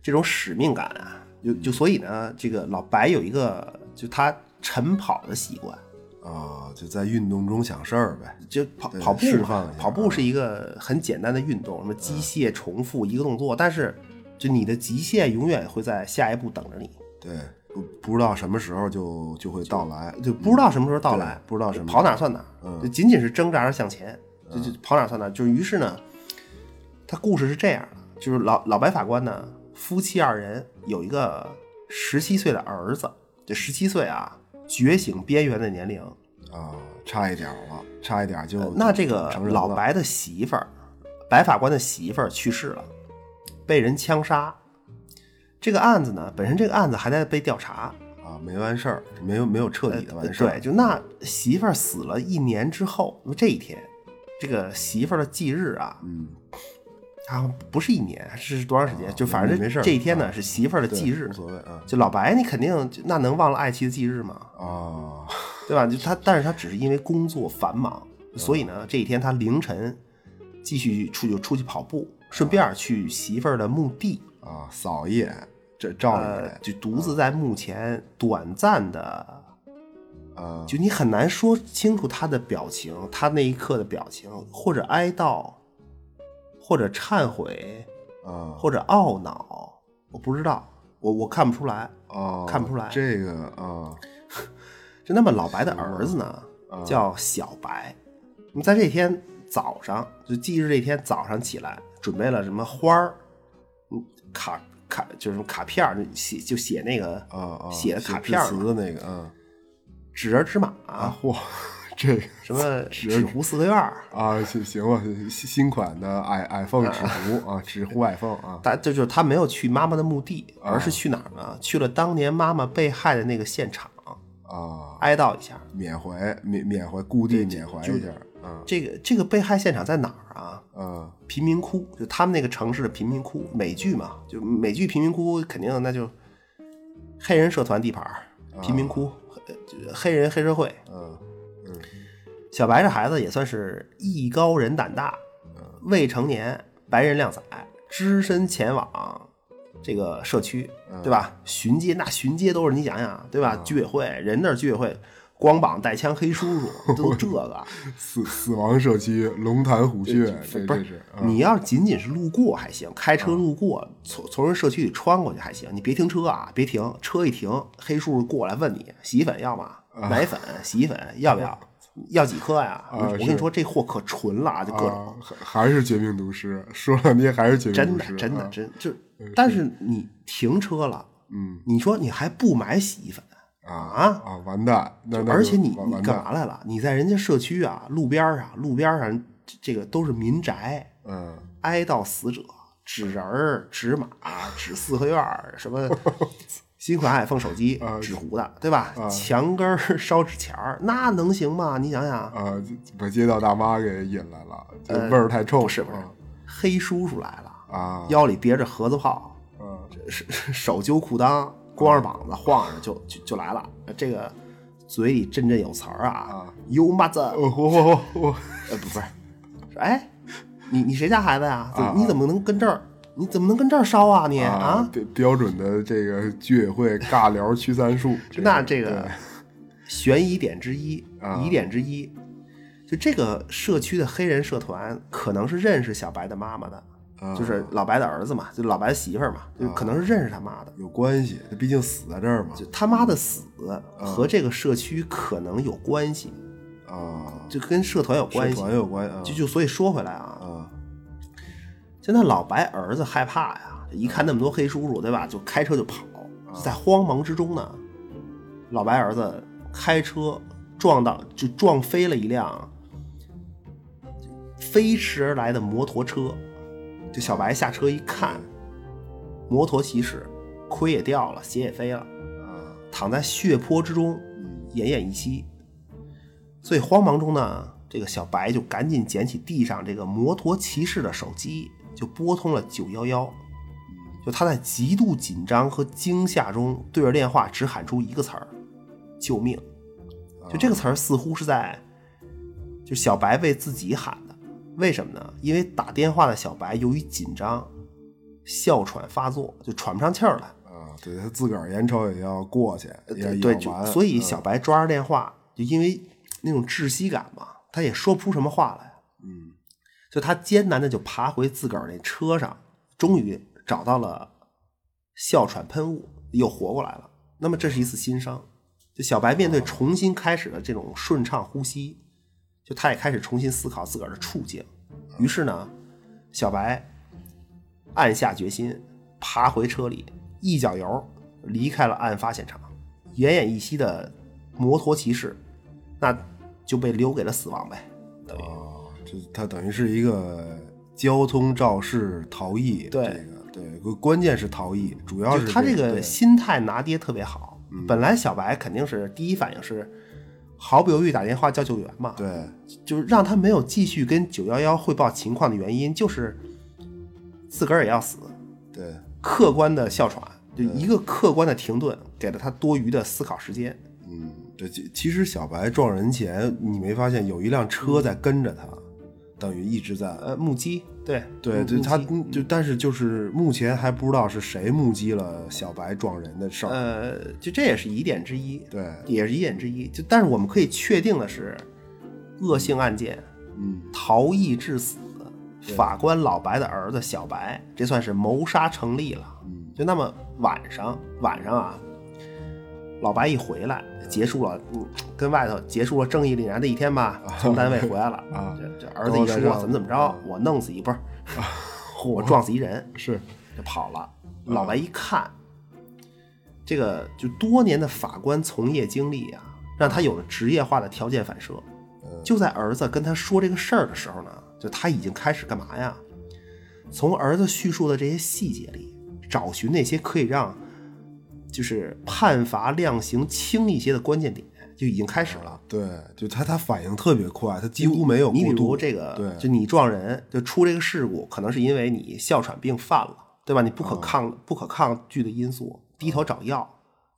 Speaker 4: 这种使命感啊，就就所以呢，这个老白有一个就他晨跑的习惯。
Speaker 2: 啊啊，就在运动中想事儿呗。
Speaker 4: 就跑
Speaker 2: 对
Speaker 4: 跑步
Speaker 2: 释
Speaker 4: 嘛
Speaker 2: 放一下嗯
Speaker 4: 跑步是一个很简单的运动，什么机械重复一个动作，但是就你的极限永远会在下一步等着你，
Speaker 2: 对，不不知道什么时候就就会到来，
Speaker 4: 就不知道什么时候到来
Speaker 2: 嗯对，不知道什么
Speaker 4: 跑哪儿算哪
Speaker 2: 嗯
Speaker 4: 儿，就仅仅是挣扎着向前，就就跑哪儿算哪儿。就是于是呢，他故事是这样的，就是老老白法官呢，夫妻二人有一个十七岁的儿子，这十七岁啊，觉醒边缘的年龄，
Speaker 2: 啊，差一点儿了，差一点嗯儿就、
Speaker 4: 嗯呃那这个
Speaker 2: 成人
Speaker 4: 老
Speaker 2: 了
Speaker 4: 白的媳妇儿，白法官的媳妇儿去世了，被人枪杀。这个案子呢，本身这个案子还在被调查。
Speaker 2: 啊没完事儿，没有没有彻底的完事儿。
Speaker 4: 呃对，就那媳妇儿死了一年之后，那么这一天，这个媳妇儿的忌日啊，
Speaker 2: 嗯，
Speaker 4: 啊，不是一年，是多长时间？
Speaker 2: 啊
Speaker 4: 就反正
Speaker 2: 没事儿
Speaker 4: 这一天呢
Speaker 2: 啊
Speaker 4: 是媳妇儿的
Speaker 2: 对
Speaker 4: 忌日
Speaker 2: 无。所谓啊
Speaker 4: 就老白，你肯定就那能忘了爱妻的忌日吗？
Speaker 2: 啊，
Speaker 4: 对吧？就他，但是他只是因为工作繁忙，所以呢，这一天他凌晨继续出去出去跑步，顺便去媳妇儿的墓地，
Speaker 2: 啊，扫一眼，这照一
Speaker 4: 呃，
Speaker 2: 眼，
Speaker 4: 就独自在墓前短暂的，
Speaker 2: 啊，
Speaker 4: 就你很难说清楚他的表情，他那一刻的表情，或者哀悼，或者忏悔，
Speaker 2: 啊，
Speaker 4: 或者懊恼，我不知道，我我看不出来。
Speaker 2: 啊，
Speaker 4: 看不出来
Speaker 2: 这个啊
Speaker 4: 就那么老白的儿子呢，叫小白。那么在这天早上，就忌日这天早上起来，准备了什么花儿，嗯，卡卡就是卡片儿，就写就写那个
Speaker 2: 啊啊，
Speaker 4: 写的
Speaker 2: 致
Speaker 4: 卡片儿
Speaker 2: 辞
Speaker 4: 嘛，
Speaker 2: 的那个啊
Speaker 4: 纸人纸马
Speaker 2: 啊，嚯，这个
Speaker 4: 什么哦纸糊四合院儿，
Speaker 2: 啊，行行吧，新新款的 i iPhone 纸糊啊，纸糊 iPhone 啊，
Speaker 4: 但这就是他没有去妈妈的墓地，而是去哪儿呢？去了当年妈妈被害的那个现场，
Speaker 2: 啊，
Speaker 4: 哀悼一下。
Speaker 2: 缅怀缅缅怀故地缅怀一下，啊
Speaker 4: 这个这个被害现场在哪儿啊？
Speaker 2: 啊
Speaker 4: 贫民窟，就他们那个城市的贫民窟，美剧嘛，就美剧贫民窟肯定那就黑人社团地盘儿，贫民窟，呃就黑人黑社会。
Speaker 2: 啊
Speaker 4: 小白这孩子也算是艺高人胆大，未成年白人靓仔，只身前往这个社区，对吧？巡街那巡街都是你想想，对吧？居委会人那儿居委会，光膀带枪黑叔叔都这个，
Speaker 2: 死死亡社区龙潭虎穴，这
Speaker 4: 不
Speaker 2: 这是啊
Speaker 4: 你要仅仅是路过还行，开
Speaker 2: 嗯
Speaker 4: 车路过，从从人社区里穿过去还行，你别停车啊，别停，车一停，黑叔叔过来问你洗衣粉要吗？
Speaker 2: 啊
Speaker 4: 奶粉、洗衣粉要不要？要几颗呀？我跟你说，这货可纯了，啊，就各种。
Speaker 2: 啊，还还是绝命毒师，说了你也还是绝命
Speaker 4: 真
Speaker 2: 毒
Speaker 4: 的
Speaker 2: 师，
Speaker 4: 真的
Speaker 2: 啊
Speaker 4: 真就，但是你停车了，
Speaker 2: 嗯
Speaker 4: 你说你还不买洗衣粉，
Speaker 2: 啊
Speaker 4: 啊
Speaker 2: 啊，完蛋，那那
Speaker 4: 而
Speaker 2: 就
Speaker 4: 且你
Speaker 2: 完
Speaker 4: 你
Speaker 2: 完
Speaker 4: 干
Speaker 2: 蛋，
Speaker 4: 嘛来了？你在人家社区啊，路边儿上，路边儿上这这个都是民宅，
Speaker 2: 嗯
Speaker 4: 哀悼死者，纸人儿、纸马、纸四合院儿，什 么新款 iPhone 手机，
Speaker 2: 啊
Speaker 4: 纸糊的，对吧？墙根儿 烧纸钱儿，那能行吗？你想想，
Speaker 2: 啊，就把街道大妈给引来了，这味儿太臭了，
Speaker 4: 呃不是不是黑叔叔来了，
Speaker 2: 啊
Speaker 4: 腰里别着盒子炮，
Speaker 2: 啊
Speaker 4: 手 手揪裤裆，光着膀子晃着就就就来了。这个嘴里振振有词儿啊
Speaker 2: 啊，
Speaker 4: 油麻子，呃，
Speaker 2: 我我我我
Speaker 4: 不不是，说哎，你你谁家孩子呀？
Speaker 2: 啊
Speaker 4: 怎么你怎么能跟这儿？你怎么能跟这儿烧啊你啊？
Speaker 2: 标标准的这个居委会尬聊驱散 术，
Speaker 4: 那这个悬疑点之一
Speaker 2: 啊，
Speaker 4: 疑点之一，就这个社区的黑人社团可能是认识小白的妈妈的，
Speaker 2: 啊
Speaker 4: 就是老白的儿子嘛，就老白的媳妇儿嘛，就可能是认识他妈的。
Speaker 2: 有关系，他毕竟死在这儿嘛
Speaker 4: 就他妈的死和这个社区可能有关系，
Speaker 2: 啊，
Speaker 4: 就跟社团有关
Speaker 2: 社
Speaker 4: 系。
Speaker 2: 团有关啊
Speaker 4: 就就所以说回来啊，
Speaker 2: 啊
Speaker 4: 就那老白儿子害怕呀，一看那么多黑叔叔，对吧？就开车就跑，在慌忙之中呢，老白儿子开车撞到就撞飞了一辆飞驰而来的摩托车，就小白下车一看，摩托骑士，盔也掉了，鞋也飞了。
Speaker 2: 啊
Speaker 4: 躺在血泊之中，
Speaker 2: 嗯
Speaker 4: 奄奄一息。所以慌忙中呢，这个小白就赶紧捡起地上这个摩托骑士的手机，就拨通了九幺幺。就他在极度紧张和惊吓中，对着电话只喊出一个词儿：“救命！”就这个词儿似乎是在，就小白为自己喊的。为什么呢？因为打电话的小白由于紧张，哮喘发作，就喘不上气儿来。
Speaker 2: 啊，对他自个儿眼瞅也要过去，也
Speaker 4: 对
Speaker 2: 也
Speaker 4: 对，
Speaker 2: 要
Speaker 4: 就
Speaker 2: 完嗯
Speaker 4: 所以小白抓着电话，就因为那种窒息感吧，他也说不出什么话来。
Speaker 2: 嗯，
Speaker 4: 就他艰难的就爬回自个儿那车上，终于找到了哮喘喷雾，又活过来了。那么这是一次新伤，就小白
Speaker 2: 哦
Speaker 4: 面对重新开始的这种顺畅呼吸，就他也开始重新思考自个儿的处境。
Speaker 2: 嗯
Speaker 4: 于是呢，小白暗下决心，爬回车里，一脚油离开了案发现场。奄奄一息的摩托骑士，那就被留给了死亡呗。
Speaker 2: 哦，这它等于是一个交通肇事逃逸，
Speaker 4: 对
Speaker 2: 这个对，关关键是逃逸，主要是
Speaker 4: 就他这个
Speaker 2: 对嗯
Speaker 4: 心态拿捏特别好。本来小白肯定是第一反应是毫不犹豫打电话叫救援嘛，
Speaker 2: 对，
Speaker 4: 就是让他没有继续跟九幺幺汇报情况的原因，就是自个儿也要死，
Speaker 2: 对，
Speaker 4: 客观的哮喘，就一个客观的停顿，给了他多余的思考时间。
Speaker 2: 嗯，这其其实小白撞人前，你没发现有一辆车在跟着他，等于一直在。
Speaker 4: 嗯呃，目击，对
Speaker 2: 对，
Speaker 4: 目
Speaker 2: 对，
Speaker 4: 目
Speaker 2: 他
Speaker 4: 击嗯
Speaker 2: 就但是就是目前还不知道是谁目击了小白撞人的事儿。
Speaker 4: 呃，就这也是疑点之一，
Speaker 2: 对，
Speaker 4: 也是疑点之一。就但是我们可以确定的是，恶性案件
Speaker 2: 嗯，
Speaker 4: 逃逸致死，
Speaker 2: 对
Speaker 4: 法官老白的儿子小白，这算是谋杀成立了。
Speaker 2: 嗯
Speaker 4: 就那么晚上，晚上啊，老白一回来，结束了，嗯，跟外头结束了正义凛然的一天吧，从单位回来了
Speaker 2: 啊
Speaker 4: 这这儿子一
Speaker 2: 然后再
Speaker 4: 说
Speaker 2: 让
Speaker 4: 怎么怎么着，我弄死一波， 我撞死一人，
Speaker 2: 是，
Speaker 4: 就跑了。老白一看，这个就多年的法官从业经历啊，让他有了职业化的条件反射。就在儿子跟他说这个事儿的时候呢，就他已经开始干嘛呀？从儿子叙述的这些细节里，找寻那些可以让就是判罚量刑轻一些的关键点，就已经开始了。
Speaker 2: 对，就他他反应特别快，他几乎没有
Speaker 4: 你比
Speaker 2: 过
Speaker 4: 如
Speaker 2: 度。
Speaker 4: 这个，
Speaker 2: 对
Speaker 4: 就你撞人，就出这个事故，可能是因为你哮喘病犯了，对吧？你不
Speaker 2: 啊
Speaker 4: 可抗、不可抗拒的因素，低头找药，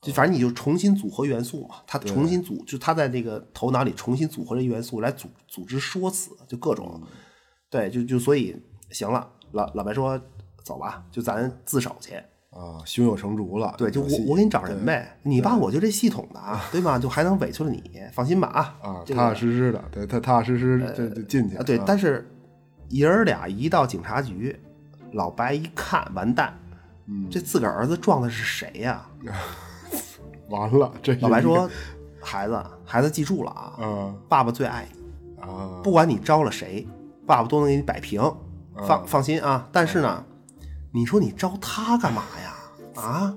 Speaker 4: 就反正你就重新组合元素嘛。他重新组，就他在这个头脑里重新组合这元素来组组织说辞，就各种，
Speaker 2: 嗯
Speaker 4: 对，就就所以行了，老老白说走吧，就咱自首去。
Speaker 2: 啊，胸有成竹了。
Speaker 4: 对，就我
Speaker 2: 这
Speaker 4: 我给你找人呗，你爸我就这系统的啊，对吧？就还能委屈了你，放心吧啊
Speaker 2: 啊，
Speaker 4: 这
Speaker 2: 踏踏
Speaker 4: 个
Speaker 2: 实实的，对，他踏踏实实就就进去
Speaker 4: 啊，对，但是爷儿俩一到警察局，老白一看，完蛋，
Speaker 2: 嗯
Speaker 4: 这自个儿儿子撞的是谁呀、
Speaker 2: 完了，这
Speaker 4: 老白
Speaker 2: 有一
Speaker 4: 说：“孩子，孩子记住了啊，
Speaker 2: 个啊
Speaker 4: 爸爸最爱你，
Speaker 2: 啊，
Speaker 4: 不管你招了谁，爸爸都能给你摆平，
Speaker 2: 嗯
Speaker 4: 放放心啊。但是呢，你说你招他干嘛呀？啊，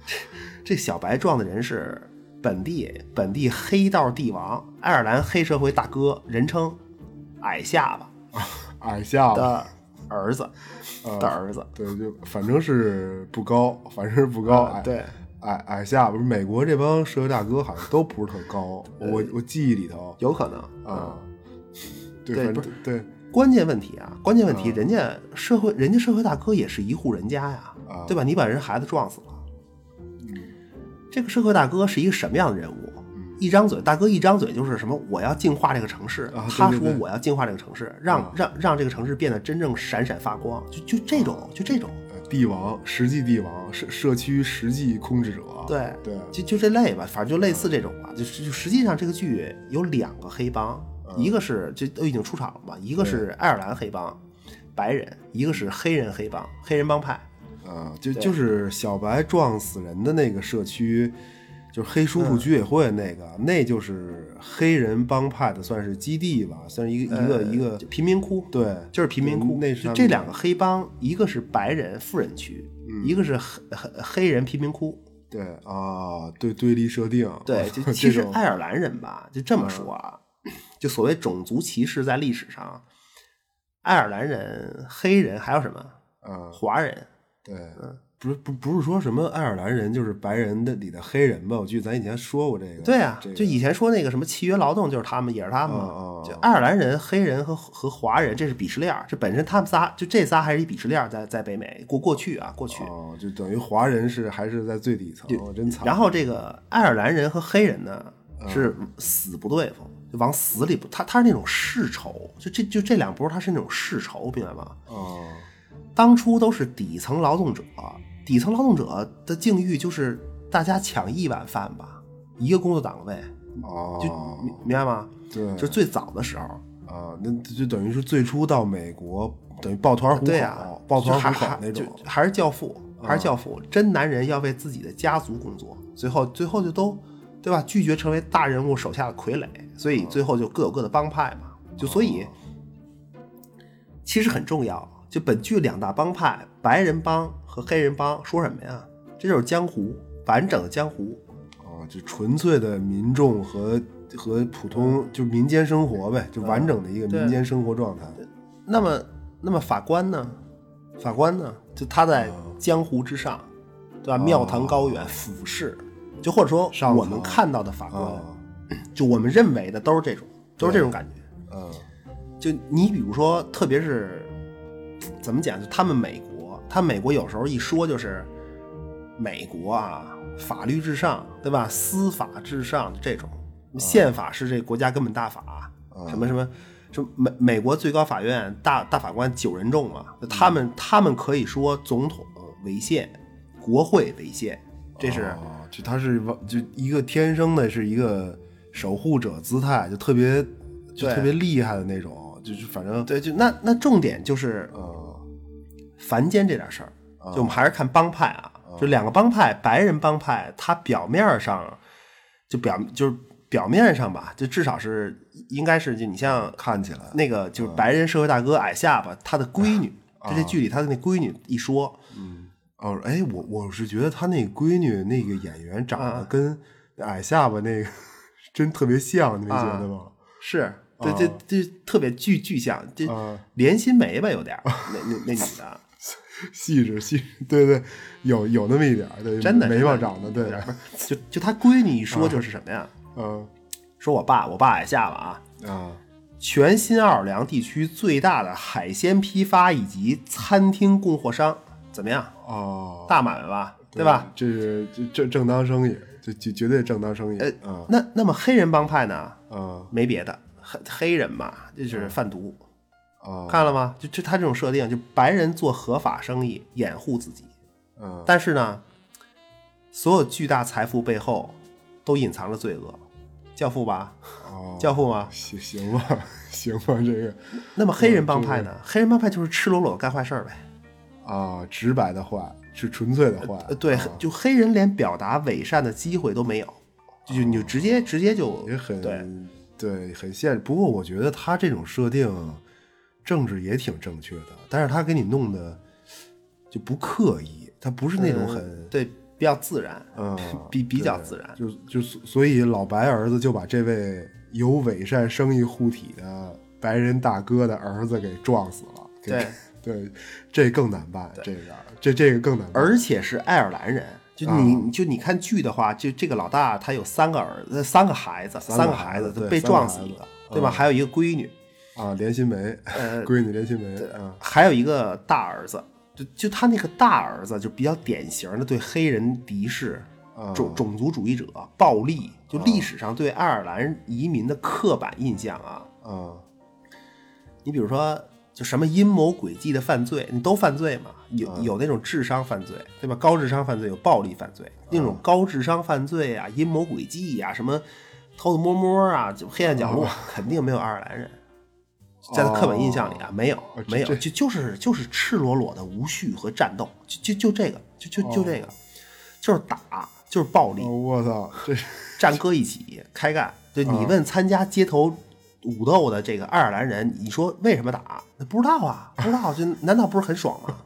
Speaker 4: 这小白撞的人是本地本地黑道帝王，爱尔兰黑社会大哥，人称矮下巴
Speaker 2: 矮下巴，
Speaker 4: 的儿子
Speaker 2: 嗯
Speaker 4: 的儿子。
Speaker 2: 对，就反正是不高，反正是不高，
Speaker 4: 啊
Speaker 2: 矮
Speaker 4: 对，
Speaker 2: 矮矮下巴。美国这帮社会大哥好像都不是特高，我我记忆里头
Speaker 4: 有可能
Speaker 2: 啊，对，
Speaker 4: 嗯对
Speaker 2: 反
Speaker 4: 不
Speaker 2: 正对
Speaker 4: 嗯关键问题啊，关键问题，
Speaker 2: 嗯
Speaker 4: 人家社会，人家社会大哥也是一户人家呀，
Speaker 2: 啊嗯
Speaker 4: 对吧？你把人孩子撞死了，这个社会大哥是一个什么样的人物？
Speaker 2: 嗯
Speaker 4: 一张嘴，大哥一张嘴就是什么？我要净化这个城市。
Speaker 2: 啊对
Speaker 4: 他
Speaker 2: 对
Speaker 4: 说
Speaker 2: 对啊
Speaker 4: 我要净化这个城市，让、让让这个城市变得真正闪闪发光。就就这种，就这种，
Speaker 2: 呃帝王，实际帝王，社社区实际控制者，
Speaker 4: 对
Speaker 2: 对
Speaker 4: 就就这类吧，反正就类似这种吧。就是就实际上这个剧有两个黑帮，
Speaker 2: 嗯
Speaker 4: 一个是就都已经出场了吧，一个是爱尔兰黑帮，白人；一个是黑人黑帮，黑人帮派。
Speaker 2: 啊，就就是小白撞死人的那个社区，就是黑叔
Speaker 4: 嗯
Speaker 2: 叔居委会那个，那就是黑人帮派的，算是基地吧，算是一个、一个一
Speaker 4: 呃
Speaker 2: 个，
Speaker 4: 就贫民窟，
Speaker 2: 对，嗯
Speaker 4: 就是贫民窟。
Speaker 2: 那是他
Speaker 4: 就
Speaker 2: 们
Speaker 4: 这两个黑帮，一个是白人富人区，
Speaker 2: 嗯
Speaker 4: 一个是黑黑黑人贫民窟。
Speaker 2: 对啊，对对立设定， 啊
Speaker 4: 对，就
Speaker 2: 哦这
Speaker 4: 其实
Speaker 2: 种
Speaker 4: 爱尔兰人吧，就这么说啊，就所谓种族歧视在历史上，爱尔兰人、黑人还有什么
Speaker 2: 啊，
Speaker 4: 华人，
Speaker 2: 对，
Speaker 4: 嗯
Speaker 2: 不是不不是说什么爱尔兰人就是白人的里的黑人吧？我记得咱以前说过这个，
Speaker 4: 对啊
Speaker 2: 这，个
Speaker 4: 就以前说那个什么契约劳动就是他们，也是他们嘛。
Speaker 2: 哦哦
Speaker 4: 就爱尔兰人、黑人和和华人，这是鄙视链儿。这本身他们仨就这仨还是一鄙视链儿在，在北美过过去啊，过去。
Speaker 2: 哦，就等于华人是还是在最底层，真惨。
Speaker 4: 然后这个爱尔兰人和黑人呢
Speaker 2: 嗯
Speaker 4: 是死不对付，就往死里不，他他是那种世仇，就这就这两波他是那种世仇，明白吗？
Speaker 2: 哦，
Speaker 4: 当初都是底层劳动者，底层劳动者的境遇就是大家抢一碗饭吧，一个工作岗位，
Speaker 2: 哦，
Speaker 4: 就明明白吗？
Speaker 2: 对，
Speaker 4: 就是最早的时候，
Speaker 2: 啊，那就等于是最初到美国，等于抱团糊口，
Speaker 4: 哦对呀，
Speaker 2: 抱团
Speaker 4: 就还
Speaker 2: 糊口
Speaker 4: 还
Speaker 2: 那种
Speaker 4: 就还是教父，
Speaker 2: 啊
Speaker 4: 还是教父，真男人要为自己的家族工作，最后最后就都对吧？拒绝成为大人物手下的傀儡，所
Speaker 2: 嗯
Speaker 4: 以最后就各有各的帮派嘛，就所
Speaker 2: 哦啊
Speaker 4: 以其实很重要。就本剧两大帮派，白人帮和黑人帮，说什么呀？这就是江湖，完整的江湖。
Speaker 2: 啊，就纯粹的民众和和普通就民间生活呗，就完整的一个
Speaker 4: 嗯对
Speaker 2: 民间生活状态。
Speaker 4: 那么，那么法官呢？法官呢？就他在
Speaker 2: 嗯
Speaker 4: 江湖之上，对吧？庙堂高远，俯视，就或者说
Speaker 2: 哦上层
Speaker 4: 我们看到的法官，
Speaker 2: 啊，
Speaker 4: 就我们认为的都是这种，都是这种感觉。
Speaker 2: 嗯
Speaker 4: 就你比如说，特别是怎么讲，就他们美国，他美国有时候一说就是美国啊，法律至上，对吧？司法至上这种，宪法是这国家根本大法，
Speaker 2: 嗯
Speaker 4: 什么什么。就美美国最高法院大大法官九人众嘛，就他们他们可以说总统违宪，国会违宪，这是、
Speaker 2: 啊就他是完就一个天生的是一个守护者姿态，就特别就
Speaker 4: 对
Speaker 2: 特别厉害的那种，就是反正
Speaker 4: 对，就那那重点就是
Speaker 2: 呃
Speaker 4: 凡间这点事儿，
Speaker 2: 啊
Speaker 4: 就我们还是看帮派啊，就两个帮派，白人帮派，它表面上就表就是表面上吧，就至少是应该是就你像
Speaker 2: 看起来啊
Speaker 4: 那个就是白人社会大哥矮下巴他的闺女，就这剧里他的那闺女一
Speaker 2: 啊
Speaker 4: 说，
Speaker 2: 哦，哎，我我是觉得他那闺女那个演员长
Speaker 4: 嗯
Speaker 2: 得跟矮下巴那个 真特别像，你没觉
Speaker 4: 嗯
Speaker 2: 得吗？
Speaker 4: 是对这这特别具具象，这
Speaker 2: 啊
Speaker 4: 连心梅吧有点儿，那那那女的
Speaker 2: 细致细致，对对，有有那么一点儿，对，
Speaker 4: 真的
Speaker 2: 眉毛
Speaker 4: 真的
Speaker 2: 长得对，啊
Speaker 4: 就就他闺女一说就是什么呀？
Speaker 2: 嗯
Speaker 4: 说我爸我爸矮下巴啊，
Speaker 2: 啊
Speaker 4: 全新奥尔良地区最大的海鲜批发以及餐厅供货商，怎么样？
Speaker 2: 哦，
Speaker 4: 大买卖吧，对吧？？
Speaker 2: 这是这正正当生意，这绝绝对正当生意，
Speaker 4: 呃
Speaker 2: 啊
Speaker 4: 那那么黑人帮派呢？
Speaker 2: 啊
Speaker 4: 没别的，黑黑人嘛，就是贩毒，
Speaker 2: 啊，
Speaker 4: 看了吗？就就他这种设定，就白人做合法生意，掩护自己。
Speaker 2: 嗯
Speaker 4: 但是呢，所有巨大财富背后都隐藏着罪恶。教父吧，
Speaker 2: 哦，
Speaker 4: 教父吗？
Speaker 2: 行行吧， 行吧，这个
Speaker 4: 那么黑人帮派呢？黑人帮派就是赤裸裸地干坏事儿呗。
Speaker 2: 啊，直白的坏是纯粹的啊坏
Speaker 4: 呃，，对，就黑人连表达伪善的机会都没有，就就你就直接直接就
Speaker 2: 也很嗯
Speaker 4: 对，
Speaker 2: 对很现实。不过我觉得他这种设定，政治也挺正确的，但是他给你弄的就不刻意，他不是那种很。
Speaker 4: 嗯对比较自然，
Speaker 2: 嗯，
Speaker 4: 比比较
Speaker 2: 对
Speaker 4: 自然
Speaker 2: 就就所所以老白儿子就把这位有伪善生意护体的白人大哥的儿子给撞死了。给
Speaker 4: 对
Speaker 2: 对，这更难办，这个这这个更难办。
Speaker 4: 而且是爱尔兰人。就你、
Speaker 2: 啊
Speaker 4: 就你看剧的话，就这个老大他有三个儿子，三个孩子，
Speaker 2: 三
Speaker 4: 三
Speaker 2: 个孩
Speaker 4: 孩
Speaker 2: 子对
Speaker 4: 被
Speaker 2: 三个
Speaker 4: 撞死
Speaker 2: 孩
Speaker 4: 一
Speaker 2: 子嗯
Speaker 4: 个，对吧？还有一个闺女，
Speaker 2: 啊，连心梅，
Speaker 4: 呃
Speaker 2: 闺女连心梅啊，
Speaker 4: 还有一个大儿子。就就他那个大儿子就比较典型的对黑人敌视
Speaker 2: 啊、
Speaker 4: 种种族主义者、暴力，就
Speaker 2: 嗯
Speaker 4: 历史上对爱尔兰移民的刻板印象啊，
Speaker 2: 啊，
Speaker 4: 你比如说，就什么阴谋诡计的犯罪，你都犯罪嘛？有
Speaker 2: 嗯
Speaker 4: 有那种智商犯罪，对吧？高智商犯罪有暴力犯罪，那种
Speaker 2: 嗯
Speaker 4: 高智商犯罪啊，阴谋诡计啊，什么偷偷摸摸啊，就黑暗角
Speaker 2: 嗯
Speaker 4: 落， 肯定没有爱尔兰人。在他刻板印象里啊，没有，没有，
Speaker 2: 哦这
Speaker 4: 就就是就是赤裸裸的无序和战斗，就就就这个，就就就这个，就是打，就是暴力，
Speaker 2: 哦我操，这是
Speaker 4: 战歌一起开干。就你问参加街头武斗的这个爱尔兰人，你说为什么打？那不知道 啊，不知道，就难道不是很爽吗？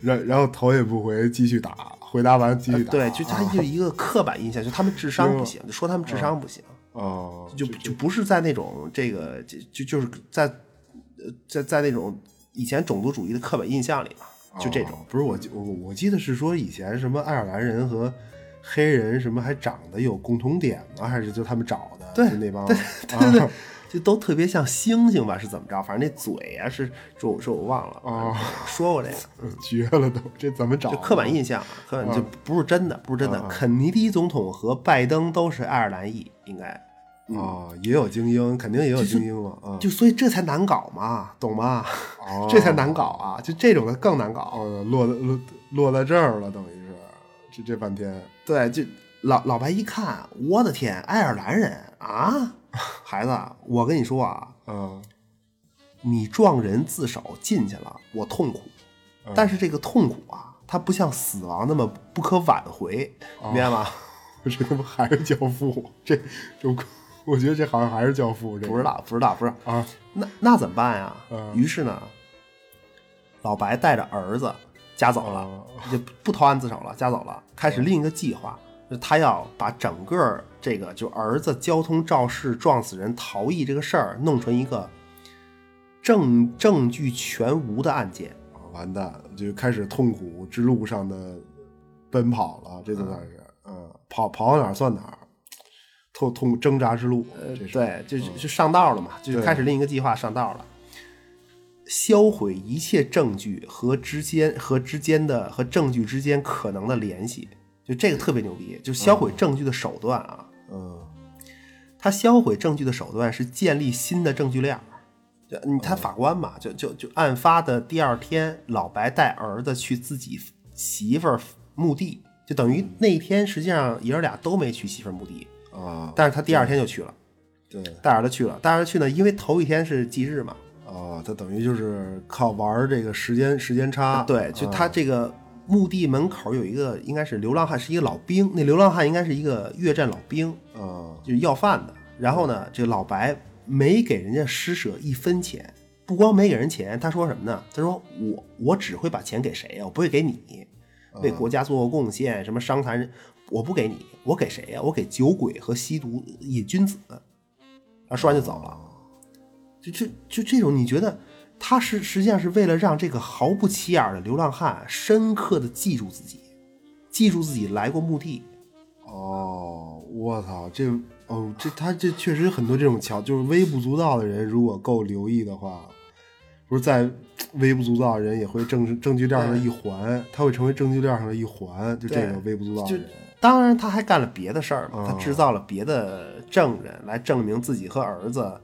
Speaker 2: 然然后头也不回继续打，回答完继续打，
Speaker 4: 呃
Speaker 2: 啊
Speaker 4: 对，就啊他就一个刻板印象，就他们智商不行，就说他们智商不行，
Speaker 2: 哦，
Speaker 4: 嗯就就不是在那种这个就就就是在呃在在那种以前种族主义的刻板印象里嘛，就这种
Speaker 2: 哦。不是我记我我记得是说以前什么爱尔兰人和黑人什么还长得有共同点吗？还是就他们找的？
Speaker 4: 对
Speaker 2: 就那帮
Speaker 4: 对对
Speaker 2: 啊
Speaker 4: 对，就都特别像猩猩吧，是怎么着？反正那嘴啊是，是我是我忘了，
Speaker 2: 哦
Speaker 4: 说过这个，
Speaker 2: 绝了都，这怎么找的？嗯
Speaker 4: 就刻板印象啊，刻板就不是真的，不是真的。肯尼迪总统和拜登都是爱尔兰裔，应该
Speaker 2: 哦，也有精英，肯定也有精英了啊！
Speaker 4: 就所以这才难搞嘛，懂吗？
Speaker 2: 哦
Speaker 4: 这才难搞啊，就这种的更难搞。啊
Speaker 2: 哦，落在落落在这儿了，等于是这这半天
Speaker 4: 对，就老老白一看，我的天，爱尔兰人啊！ 孩子，我跟你说啊，
Speaker 2: 嗯，
Speaker 4: 你撞人自首进去了，我痛苦，
Speaker 2: 嗯
Speaker 4: 但是这个痛苦啊，它不像死亡那么不可挽回，
Speaker 2: 哦
Speaker 4: 明白吗？
Speaker 2: 这他妈还是教父，这这我我觉得这好像还是教父，这
Speaker 4: 不知道，不知道，不是，
Speaker 2: 啊，
Speaker 4: 那那怎么办呀？
Speaker 2: 嗯
Speaker 4: 于是呢，老白带着儿子家走了，
Speaker 2: 哦
Speaker 4: 就不投案自首了，家走了，开始另一个计划，就他要把整个这个就儿子交通肇事撞死人逃逸这个事儿弄成一个证证据全无的案件。
Speaker 2: 完蛋，就开始痛苦之路上的奔跑了，这就算
Speaker 4: 啊
Speaker 2: 是，嗯，跑跑到哪儿算哪儿，痛痛挣扎之路，
Speaker 4: 呃
Speaker 2: 这，是，嗯
Speaker 4: 对，就就就上道了嘛，就是
Speaker 2: 对
Speaker 4: 开始另一个计划上道了，销毁一切证据和之间和之间的和证据之间可能的联系，就这个特别牛逼，就销毁证据的手段啊，
Speaker 2: 嗯，
Speaker 4: 他销毁证据的手段是建立新的证据链儿。就你
Speaker 2: 嗯
Speaker 4: 他法官嘛，就就就案发的第二天，老白带儿子去自己媳妇儿墓地，就等于那一天实际上爷儿俩都没去媳妇儿墓地，
Speaker 2: 啊，
Speaker 4: 但是他第二天就去了。
Speaker 2: 对，
Speaker 4: 带儿子去了，带儿子去呢，因为头一天是忌日嘛，
Speaker 2: 啊，他等于就是靠玩儿这个时间时间差，
Speaker 4: 啊
Speaker 2: 啊
Speaker 4: 对，就他这个墓地门口有一个应该是流浪汉，是一个老兵，那流浪汉应该是一个越战老兵，
Speaker 2: 啊，
Speaker 4: 就是要饭的。然后呢，这个老白没给人家施舍一分钱，不光没给人钱，他说什么呢？他说我我只会把钱给谁呀、我不会给你，为国家做过贡献，什么伤残人，我不给你，我给谁呀、我给酒鬼和吸毒瘾君子。啊，说完就走了。就这就这种，你觉得他是实际上是为了让这个毫不起眼的流浪汉深刻的记住自己，记住自己来过墓地，
Speaker 2: 哦，我操，这哦，这他这确实很多这种桥，就是微不足道的人，如果够留意的话，不是在微不足道的人也会证证据链上的一环，他会成为证据链上的一环，就这个微不足道的
Speaker 4: 就
Speaker 2: 人。
Speaker 4: 当然，他还干了别的事儿
Speaker 2: 嗯
Speaker 4: 嘛，他制造了别的证人来证明自己和儿子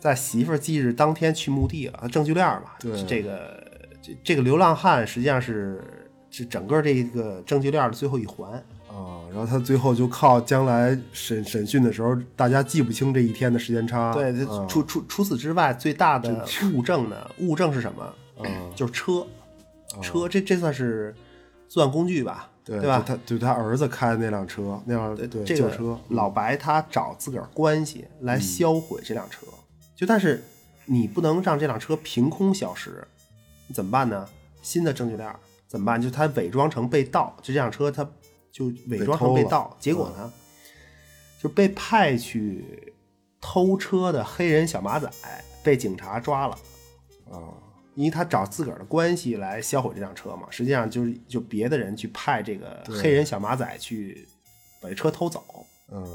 Speaker 4: 在媳妇儿忌日当天去墓地了，证据链儿嘛。
Speaker 2: 对
Speaker 4: 这个这这个流浪汉实际上是是整个这个证据链儿的最后一环。
Speaker 2: 啊、然后他最后就靠将来审审讯的时候，大家记不清这一天的时间差。
Speaker 4: 对，这
Speaker 2: 嗯
Speaker 4: 除除除此之外，最大的物证呢？物证是什么？
Speaker 2: 啊
Speaker 4: 就是车，车这这算是作案工具
Speaker 2: 哦
Speaker 4: 吧？
Speaker 2: 对，
Speaker 4: 吧？
Speaker 2: 就他就他儿子开的那辆车，那辆对
Speaker 4: 这
Speaker 2: 旧
Speaker 4: 个
Speaker 2: 车，嗯
Speaker 4: 老白他找自个儿关系来销毁这辆车，就但是你不能让这辆车凭空消失，你怎么办呢？新的证据链儿怎么办？就他伪装成被盗，就这辆车他就伪装成
Speaker 2: 被
Speaker 4: 被
Speaker 2: 偷嗯
Speaker 4: 盗，结果呢，就被派去偷车的黑人小马仔被警察抓了。
Speaker 2: 啊
Speaker 4: 因为他找自个儿的关系来销毁这辆车嘛，实际上就是就别的人去派这个黑人小马仔去把这车偷走，
Speaker 2: 嗯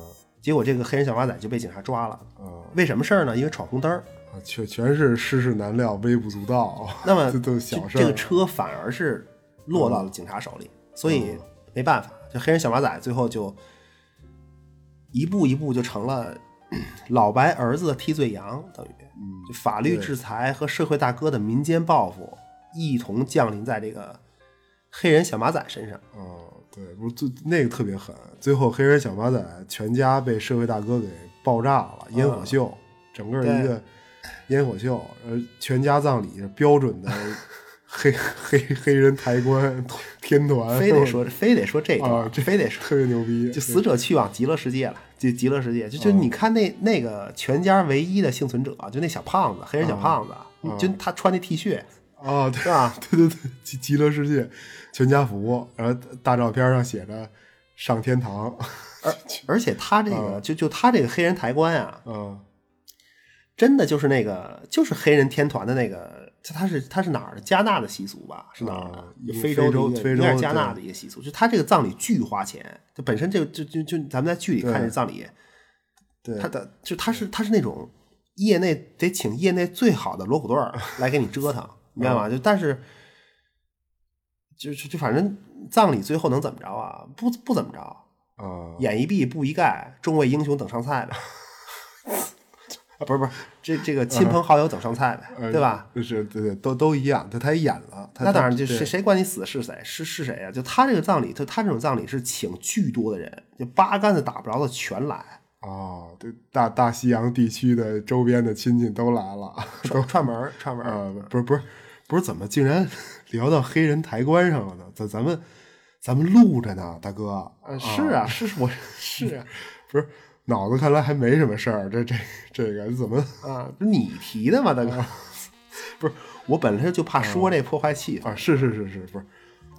Speaker 4: 结果这个黑人小马仔就被警察抓了。
Speaker 2: 嗯
Speaker 4: 为什么事儿呢？因为闯红灯儿。
Speaker 2: 啊，全全是世事难料，微不足道。
Speaker 4: 那 么
Speaker 2: 这都是
Speaker 4: 就
Speaker 2: 小事儿。嗯
Speaker 4: 这个车反而是落到了警察手里，所以没办法，这黑人小马仔最后就一步一步就成了老白儿子的替罪羊，等于
Speaker 2: 嗯
Speaker 4: 就法律制裁和社会大哥的民间报复一同降临在这个黑人小马仔身上。
Speaker 2: 哦，对，不是最那个特别狠，最后黑人小马仔全家被社会大哥给爆炸了，烟
Speaker 4: 嗯
Speaker 2: 火秀，整个一个烟火秀，呃，全家葬礼是标准 的黑黑黑人抬棺天团，
Speaker 4: 非得说，非得说这
Speaker 2: 啊
Speaker 4: 个，，
Speaker 2: 哎这
Speaker 4: 非得说
Speaker 2: 特别牛逼，
Speaker 4: 就死者去往极乐世界了，就极乐世界，就就你看那那个全家唯一的幸存者，就那小胖子，黑人小胖子，就他穿那 T 恤，
Speaker 2: 啊，对
Speaker 4: 是吧？
Speaker 2: 对对对，极极乐世界全家福，然后大照片上写着上天堂，
Speaker 4: 而且他这个就就他这个黑人抬棺啊，
Speaker 2: 嗯
Speaker 4: 真的就是那个就是黑人天团的那个，他他是他是哪儿的？加纳的习俗吧？是哪儿的
Speaker 2: 啊？一个
Speaker 4: 哦非洲的一个
Speaker 2: 非洲非洲
Speaker 4: 应该是加纳的一个习俗，就他这个葬礼巨花钱，就本身就就就就咱们在剧里看这
Speaker 2: 对
Speaker 4: 葬礼，
Speaker 2: 对，
Speaker 4: 他的就他是他是那种业内得请业内最好的锣鼓队 儿来给你折腾，明白吗？就但是就就就反正葬礼最后能怎么着啊？不不怎么着，
Speaker 2: 啊，
Speaker 4: 嗯 眼一闭步一盖，众位英雄等上菜呗。啊，不是不是，这这个亲朋好友等剩菜呗，
Speaker 2: 呃
Speaker 4: 对吧？？
Speaker 2: 就是对对，都都一样，他他也演了，他
Speaker 4: 那当然，就
Speaker 2: 对
Speaker 4: 谁谁管你死是谁是是谁呀、啊就他这个葬礼，他他这种葬礼是请巨多的人，就八竿子打不着的全来，
Speaker 2: 哦，对，大大西洋地区的周边的亲戚都来了，都
Speaker 4: 串串门儿串门儿。
Speaker 2: 呃，不是不是不是，怎么竟然 聊到黑人抬棺上了呢？咱咱们咱们录着呢，大哥。
Speaker 4: 嗯，是啊，是 是我是啊，
Speaker 2: 不是脑子看来还没什么事儿，这这这个怎 么
Speaker 4: 啊，不是你提的嘛，大哥？ 不是，我本来就怕说这破坏气氛，
Speaker 2: 啊？是是是是，不是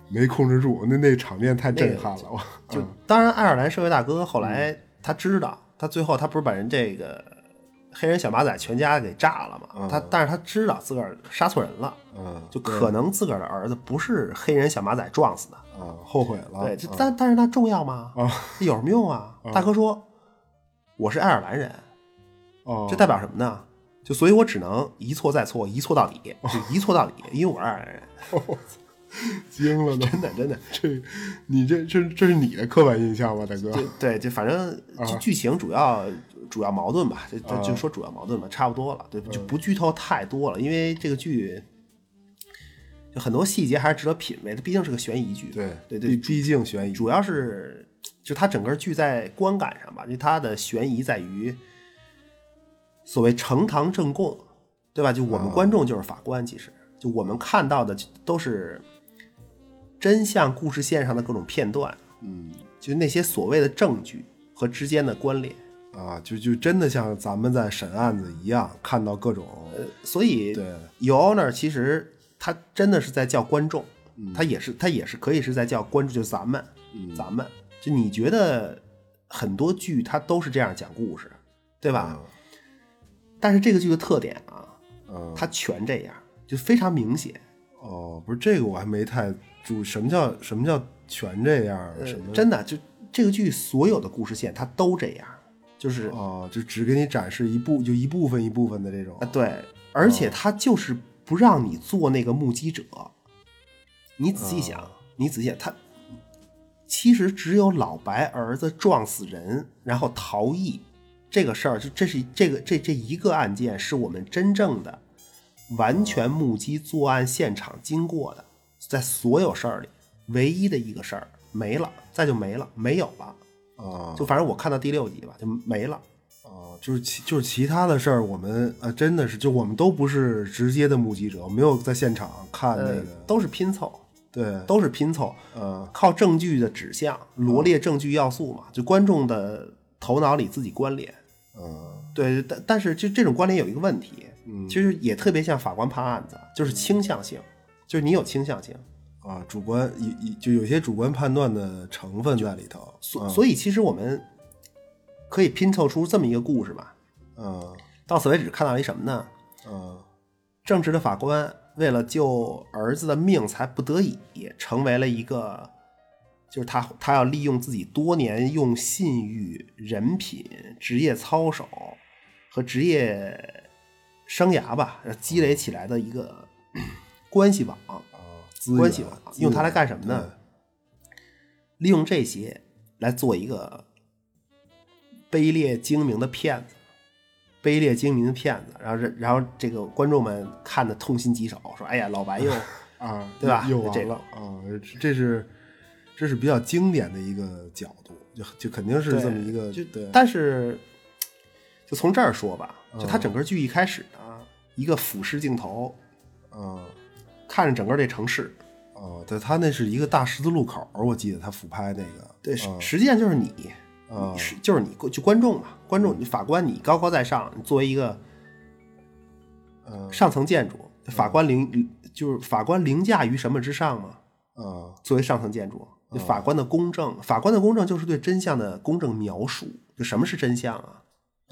Speaker 2: 没控制住，那那场面太震撼了，我
Speaker 4: 就当然，爱尔兰社会大哥后来他知道，他最后他不是把人这个黑人小马仔全家给炸了嘛？他但是他知道自个儿杀错人了，
Speaker 2: 嗯
Speaker 4: 就可能自个儿的儿子不是黑人小马仔撞死的。
Speaker 2: 啊，后悔了。
Speaker 4: 对，这但但是那重要吗？
Speaker 2: 啊
Speaker 4: 有什么用啊？大哥说我是爱尔兰人，
Speaker 2: 哦，
Speaker 4: 这代表什么呢？就所以，我只能一错再错，一错到底，就一错到底，因为我是爱尔兰人。
Speaker 2: 惊了都。
Speaker 4: 真的，真的，
Speaker 2: 这你这这这是你的刻板印象吧，啊大哥？
Speaker 4: 就对，就反正剧剧情主要主要矛盾吧，就就
Speaker 2: 啊
Speaker 4: 就说主要矛盾吧，差不多了，对，就
Speaker 2: 嗯
Speaker 4: 不剧透太多了，因为这个剧就很多细节还是值得品味的，毕竟是个悬疑剧，
Speaker 2: 对
Speaker 4: 对
Speaker 2: 毕
Speaker 4: 对，
Speaker 2: 毕竟悬疑。
Speaker 4: 主要是就它整个剧在观感上吧，就它的悬疑在于所谓呈堂证供，对吧？就我
Speaker 2: 啊
Speaker 4: 们观众就是法官，其实就我们看到的都是真相故事线上的各种片段，
Speaker 2: 嗯
Speaker 4: 就那些所谓的证据和之间的关联。
Speaker 2: 啊，就就真的像咱们在审案子一样，看到各种
Speaker 4: 所以
Speaker 2: 对
Speaker 4: ，Your Honor 其实他真的是在叫观众，
Speaker 2: 嗯
Speaker 4: 他也是他也是可以是在叫观众，就是咱们，咱们就你觉得很多剧它都是这样讲故事，对吧？但是这个剧的特点啊，
Speaker 2: 嗯
Speaker 4: 它全这样，就非常明显。
Speaker 2: 哦，不是这个我还没太注意，什么叫什么叫全这样儿？呃什么
Speaker 4: 呃真的，就这个剧所有的故事线它都这样，就是
Speaker 2: 哦，就只给你展示一部就一部分一部分的这种
Speaker 4: 啊，对，而
Speaker 2: 嗯
Speaker 4: 且他就是不让你做那个目击者。你仔
Speaker 2: 嗯
Speaker 4: 细想，你仔细想，他其实只有老白儿子撞死人，然后逃逸这个事儿，就这是这个这这一个案件，是我们真正的
Speaker 2: 嗯
Speaker 4: 完全目击作案现场经过的，在所有事儿里唯一的一个事儿没了，再就没了，没有了。
Speaker 2: 啊，
Speaker 4: 就反正我看到第六集吧，就没了。
Speaker 2: 哦，就是其就是其他的事儿，我们啊真的是就我们都不是直接的目击者，没有在现场看那
Speaker 4: 呃
Speaker 2: 个，，
Speaker 4: 都是拼凑。
Speaker 2: 对，
Speaker 4: 都是拼凑，
Speaker 2: 嗯
Speaker 4: 靠证据的指向罗列证据要素嘛，就观众的头脑里自己关联。
Speaker 2: 嗯
Speaker 4: 对，但但是就这种关联有一个问题，
Speaker 2: 嗯
Speaker 4: 其实也特别像法官判案子，就是倾向性，就是你有倾向性，
Speaker 2: 啊，主观一一就有些主观判断的成分在里头，
Speaker 4: 所、所以其实我们可以拼凑出这么一个故事吧。
Speaker 2: 嗯
Speaker 4: 到此为止看到了一什么呢？
Speaker 2: 嗯
Speaker 4: 正直的法官为了救儿子的命，才不得已成为了一个，就是他他要利用自己多年用信誉、人品、职业操守和职业生涯吧积累起来的一个 关系网，
Speaker 2: 啊，
Speaker 4: 关系网
Speaker 2: 吧，
Speaker 4: 用它来干什么呢？利用这些来做一个卑劣精明的骗子，卑劣精明的骗子。然后这，然后这个观众们看的痛心疾首，说：“哎呀，老白又
Speaker 2: 啊，
Speaker 4: 对吧
Speaker 2: 又
Speaker 4: 就这
Speaker 2: 完
Speaker 4: 个
Speaker 2: 了啊，这是这是比较经典的一个角度，就就肯定是这么一个
Speaker 4: 就
Speaker 2: 对
Speaker 4: 但是，就从这儿说吧，就他整个剧一开始呢，一个俯视镜头
Speaker 2: 嗯
Speaker 4: 看着整个这城市，
Speaker 2: 哦，对，他那是一个大十字路口，我记得他俯拍那个，
Speaker 4: 对，实实际上就是你，
Speaker 2: 嗯
Speaker 4: 你是就是你，就观众嘛，观众，你法官，你高高在上，你作为一个
Speaker 2: 嗯
Speaker 4: 上层建筑，法官凌、就是法官凌驾于什么之上嘛？
Speaker 2: 嗯
Speaker 4: 作为上层建筑，就法官的公正，法官的公正就是对真相的公正描述。就什么是真相啊？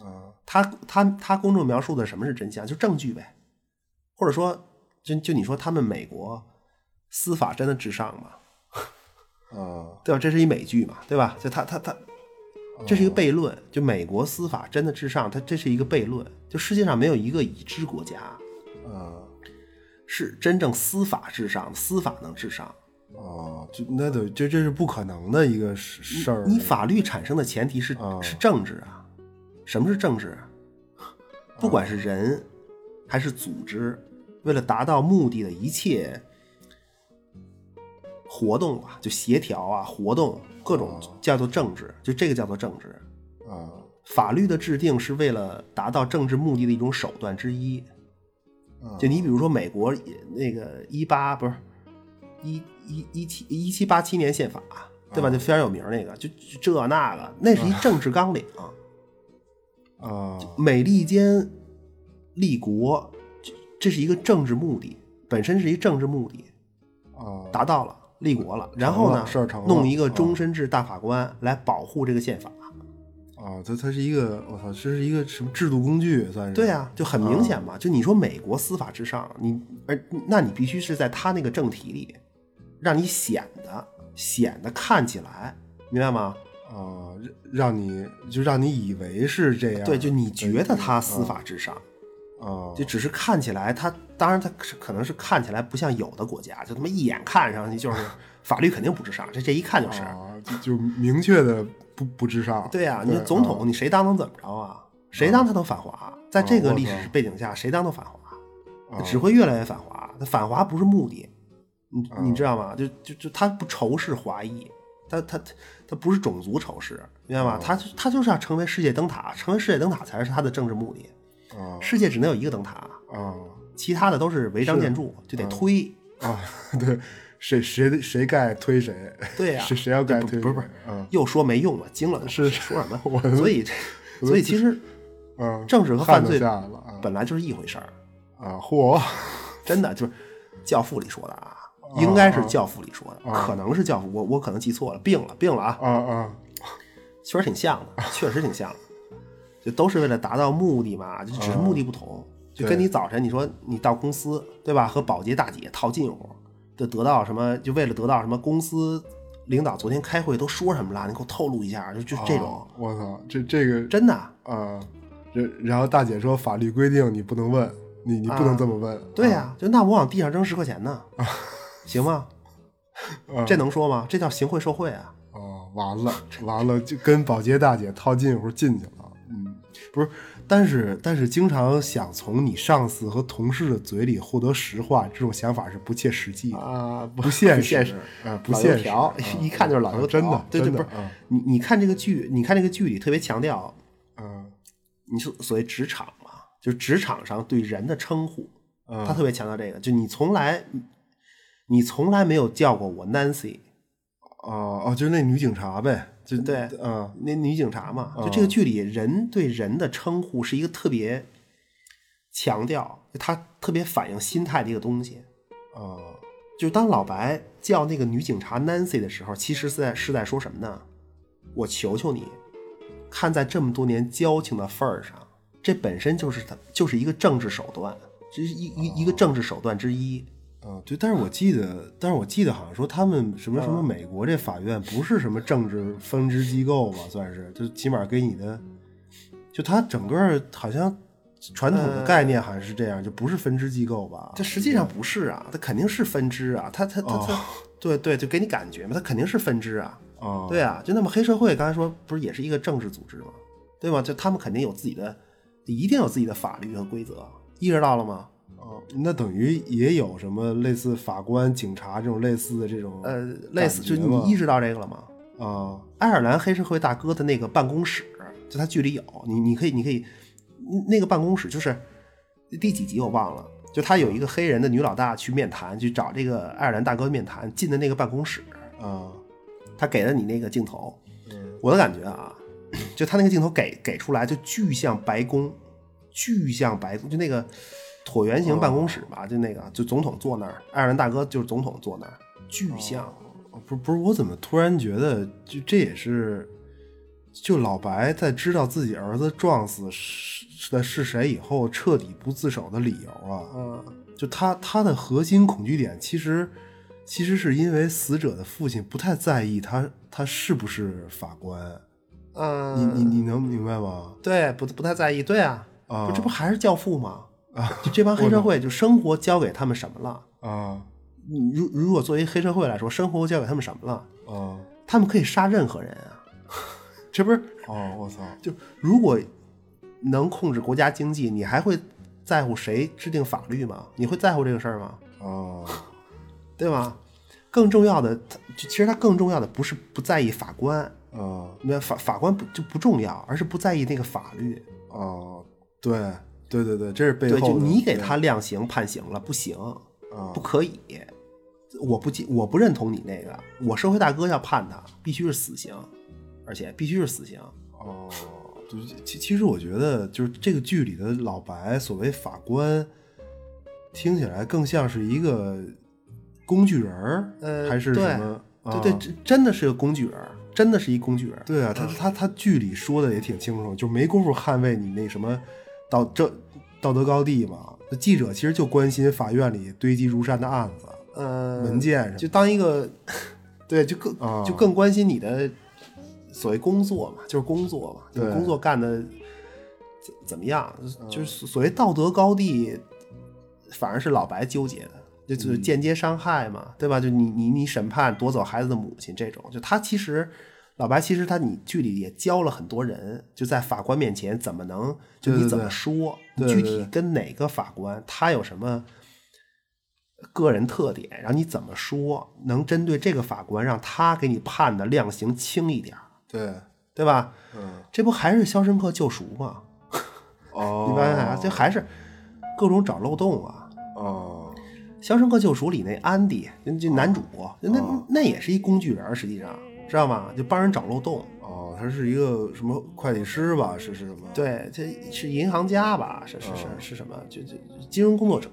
Speaker 2: 嗯
Speaker 4: 他他他公正描述的什么是真相？就证据呗，或者说，就就你说他们美国司法真的至上吗？
Speaker 2: 嗯
Speaker 4: 对吧？这是一美剧嘛，对吧？就他他他，这是一个悖论。就美国司法真的至上，它这是一个悖论。就世界上没有一个已知国家
Speaker 2: 嗯
Speaker 4: 是真正司法至上，司法能至上。
Speaker 2: 哦，就那得这这是不可能的一个事事儿，
Speaker 4: 啊你法律产生的前提是、是政治啊。什么是政治啊？不管是人还是组织，为了达到目的的一切活动吧，就协调啊，活动各种叫做政治，就这个叫做政治。
Speaker 2: 啊，
Speaker 4: 法律的制定是为了达到政治目的的一种手段之一。
Speaker 2: 啊
Speaker 4: 就你比如说美国也那个一八不是一一一七一七八七年宪法，对吧？
Speaker 2: 啊
Speaker 4: 就非常有名儿那个，就就这那个，那是一政治纲领。
Speaker 2: 啊
Speaker 4: 美利坚立国，这这是一个政治目的，本身是一政治目的，
Speaker 2: 啊，
Speaker 4: 达到了立国了，然后呢
Speaker 2: 事儿成啊了，
Speaker 4: 弄一个终身制大法官来保护这个宪法。
Speaker 2: 啊，它它是一个，我操，这是一个什么制度工具算是？
Speaker 4: 对啊，就很明
Speaker 2: 嗯
Speaker 4: 显嘛。就你说美国司法至上，你而那你必须是在他那个政体里，让你显得显得看起来，明白吗？
Speaker 2: 啊，让让你就让你以为是这样，
Speaker 4: 啊对，就你觉得他司
Speaker 2: 嗯
Speaker 4: 法至上，
Speaker 2: 啊，
Speaker 4: 就只是看起来他，当然他是可能是看起来不像有的国家，就他妈一眼看上去就是 法律肯定不至上，这这一看就是。
Speaker 2: 啊，就就明确的不不至上。
Speaker 4: 对呀、你总统你谁当能怎么着啊？谁
Speaker 2: 嗯
Speaker 4: 当他能反华？在这
Speaker 2: 我
Speaker 4: 个
Speaker 2: 操
Speaker 4: 历史背景下，谁当都反华。
Speaker 2: 啊
Speaker 4: 只会越来越反华。他反华不是目的，你
Speaker 2: 嗯
Speaker 4: 你知道吗？就就就他不仇视华裔，他他他不是种族仇视，明白吗？
Speaker 2: 嗯
Speaker 4: 他他就是要成为世界灯塔，成为世界灯塔才是他的政治目的。
Speaker 2: 啊
Speaker 4: 世界只能有一个灯塔，
Speaker 2: 啊
Speaker 4: 其他的都是违章建筑，就得推。
Speaker 2: 啊，对，谁谁谁盖推谁，
Speaker 4: 对呀
Speaker 2: 谁谁要盖
Speaker 4: 不
Speaker 2: 推谁，
Speaker 4: 不是不是
Speaker 2: 啊
Speaker 4: 又说没用了，惊了都，
Speaker 2: 是
Speaker 4: 说什么？
Speaker 2: 我
Speaker 4: 所以所以其实
Speaker 2: 啊，
Speaker 4: 政治和
Speaker 2: 看
Speaker 4: 犯
Speaker 2: 得
Speaker 4: 罪
Speaker 2: 下了啊
Speaker 4: 本来就是一回事儿，
Speaker 2: 啊，嚯
Speaker 4: 真的就是《教父》里说的啊。
Speaker 2: 哦
Speaker 4: 应该是《教父》里说的，
Speaker 2: 啊
Speaker 4: 可能是《教父》，我我可能记错了，病了，病了啊！
Speaker 2: 啊啊
Speaker 4: 确实挺像的，确实挺像的，就都是为了达到目的嘛，就只是目的不同。就跟你早晨你说你到公司对吧，和保洁大姐套近乎，就得到什么，就为了得到什么公司领导昨天开会都说什么了，你给我透露一下，就就这种
Speaker 2: 啊，我操，这这个
Speaker 4: 真的。
Speaker 2: 啊，然然后大姐说法律规定你不能问，你你不能
Speaker 4: 啊
Speaker 2: 这么问，
Speaker 4: 对呀、就那我往地上扔十块钱呢，行吗？
Speaker 2: 啊
Speaker 4: 这能说吗？这叫行贿受贿啊！
Speaker 2: 啊，完了完了，就跟保洁大姐套近乎进去了，嗯，不是，但是但是经常想从你上司和同事的嘴里获得实话，这种想法是不切实际的，
Speaker 4: 啊，
Speaker 2: 不现
Speaker 4: 实，嗯
Speaker 2: 实啊不现实
Speaker 4: 老油条
Speaker 2: 啊
Speaker 4: 一看就是老油条，
Speaker 2: 真的
Speaker 4: 对对，
Speaker 2: 真
Speaker 4: 不
Speaker 2: 的
Speaker 4: 是
Speaker 2: 啊
Speaker 4: 你你看这个剧，你看这个剧里特别强调，
Speaker 2: 嗯
Speaker 4: 你是所谓职场嘛，就是职场上对人的称呼，
Speaker 2: 嗯，
Speaker 4: 他特别强调这个，就你从来你从来没有叫过我 Nancy，
Speaker 2: 哦哦，就是那女警察呗，就
Speaker 4: 对
Speaker 2: 嗯
Speaker 4: 那女警察嘛，
Speaker 2: 嗯
Speaker 4: 就这个剧里人对人的称呼是一个特别强调，就它特别反映心态的一个东西。
Speaker 2: 啊
Speaker 4: 就当老白叫那个女警察 Nancy 的时候，其实是在是在说什么呢？我求求你，看在这么多年交情的份儿上，这本身就是他就是一个政治手段，这是一一一个政治手段之一。
Speaker 2: 啊，对，但是我记得，但是我记得好像说他们什么什么
Speaker 4: 嗯
Speaker 2: 美国这法院不是什么政治分支机构吧，算是，就起码给你的，就它整个好像传统的概念好像是这样，就不是分支机构吧？
Speaker 4: 这实际上不呃是啊，它肯定是分支啊，它它它它， 对对，就给你感觉嘛，它肯定是分支啊。
Speaker 2: 啊，
Speaker 4: 对啊，就那么黑社会，刚才说不是也是一个政治组织吗？对吗？就他们肯定有自己的，一定有自己的法律和规则，意识到了吗？
Speaker 2: 哦，那等于也有什么类似法官、警察这种类似的这种
Speaker 4: 呃，类似就
Speaker 2: 感觉
Speaker 4: 你
Speaker 2: 吧
Speaker 4: 意识到这个了吗？
Speaker 2: 啊
Speaker 4: 爱尔兰黑社会大哥的那个办公室，就他剧里有，你你可以你可以，嗯那个办公室就是第几集我忘了，就他有一个黑人的女老大去面谈，去找这个爱尔兰大哥面谈，进的那个办公室，
Speaker 2: 啊
Speaker 4: 他给了你那个镜头，
Speaker 2: 嗯
Speaker 4: 我的感觉啊， 就他那个镜头给给出来就巨像白宫，巨像白宫，就那个椭圆形办公室
Speaker 2: 哦
Speaker 4: 吧，就那个就总统坐那儿，爱尔兰大哥就是总统坐那儿，巨像。
Speaker 2: 哦不是不是，我怎么突然觉得就这也是，就老白在知道自己儿子撞死是是的是谁以后，彻底不自首的理由啊？
Speaker 4: 嗯，
Speaker 2: 就他他的核心恐惧点其实其实是因为死者的父亲不太在意他他是不是法官，
Speaker 4: 呃
Speaker 2: 你你你能明白吗？
Speaker 4: 对不不太在意，对啊，
Speaker 2: 啊
Speaker 4: 不这不还是教父吗？
Speaker 2: 啊
Speaker 4: 就这帮黑社会，就生活教给他们什么了？
Speaker 2: 啊
Speaker 4: 你如如果作为黑社会来说，生活教给他们什么了？
Speaker 2: 啊！
Speaker 4: 他们可以杀任何人啊！这不是
Speaker 2: 哦，我操！
Speaker 4: 就如果能控制国家经济，你还会在乎谁制定法律吗？你会在乎这个事儿吗？
Speaker 2: 哦，
Speaker 4: 对吧？更重要的，他其实他更重要的不是不在意法官，
Speaker 2: 哦，
Speaker 4: 那法法官不就不重要，而是不在意那个法律。
Speaker 2: 哦，对，对对对，这是背
Speaker 4: 对，嗯
Speaker 2: 后
Speaker 4: 就
Speaker 2: 的
Speaker 4: 你给他量刑判刑了，不行，
Speaker 2: 啊
Speaker 4: 不可以。我不接，我不认同你那个。我社会大哥要判他，必须是死刑，而且必须是死刑。
Speaker 2: 哦，就是其其实我觉得就是这个剧里的老白所谓法官，听起来更像是一个工具人儿，
Speaker 4: 呃
Speaker 2: 还是
Speaker 4: 对
Speaker 2: 什么？啊
Speaker 4: 对对，真真的是个工具人儿，真的是一工具人儿。
Speaker 2: 对啊，他他他剧里说的也挺清楚，就没工夫捍卫你那什么道这道德高地嘛。那记者其实就关心法院里堆积如山的案子
Speaker 4: 呃，
Speaker 2: 文件什么
Speaker 4: 就当一个， 对，就更、
Speaker 2: 啊
Speaker 4: 就更关心你的所谓工作嘛，就是工作嘛，你
Speaker 2: 对嗯
Speaker 4: 工作干的怎怎么样？就是所所谓道德高地，反而是老白纠结的，
Speaker 2: 嗯
Speaker 4: 就就是间接伤害嘛，对吧？就你你你审判夺走孩子的母亲这种，就他其实。老白其实他你剧里也教了很多人，就在法官面前怎么能就
Speaker 2: 对
Speaker 4: 你
Speaker 2: 对
Speaker 4: 怎么
Speaker 2: 对
Speaker 4: 说，
Speaker 2: 对
Speaker 4: 具
Speaker 2: 对对
Speaker 4: 体跟哪个法官，他有什么个人特点，然后你怎么说能针对这个法官让他给你判的量刑轻一点儿，
Speaker 2: 对，
Speaker 4: 对吧？
Speaker 2: 嗯，
Speaker 4: 这不还是《肖申克救赎》吗？
Speaker 2: 哦，
Speaker 4: 你发现啊，这还是各种找漏洞啊。
Speaker 2: 哦，
Speaker 4: 《肖申克救赎》里那安迪，就就男主，那
Speaker 2: 哦
Speaker 4: 那也是一工具人儿，实际上知道吗？就帮人找漏洞。
Speaker 2: 哦，他是一个什么会计师吧？是是什么？，
Speaker 4: 对，这是银行家吧？是是是
Speaker 2: 嗯
Speaker 4: 是什么？就就金融工作者，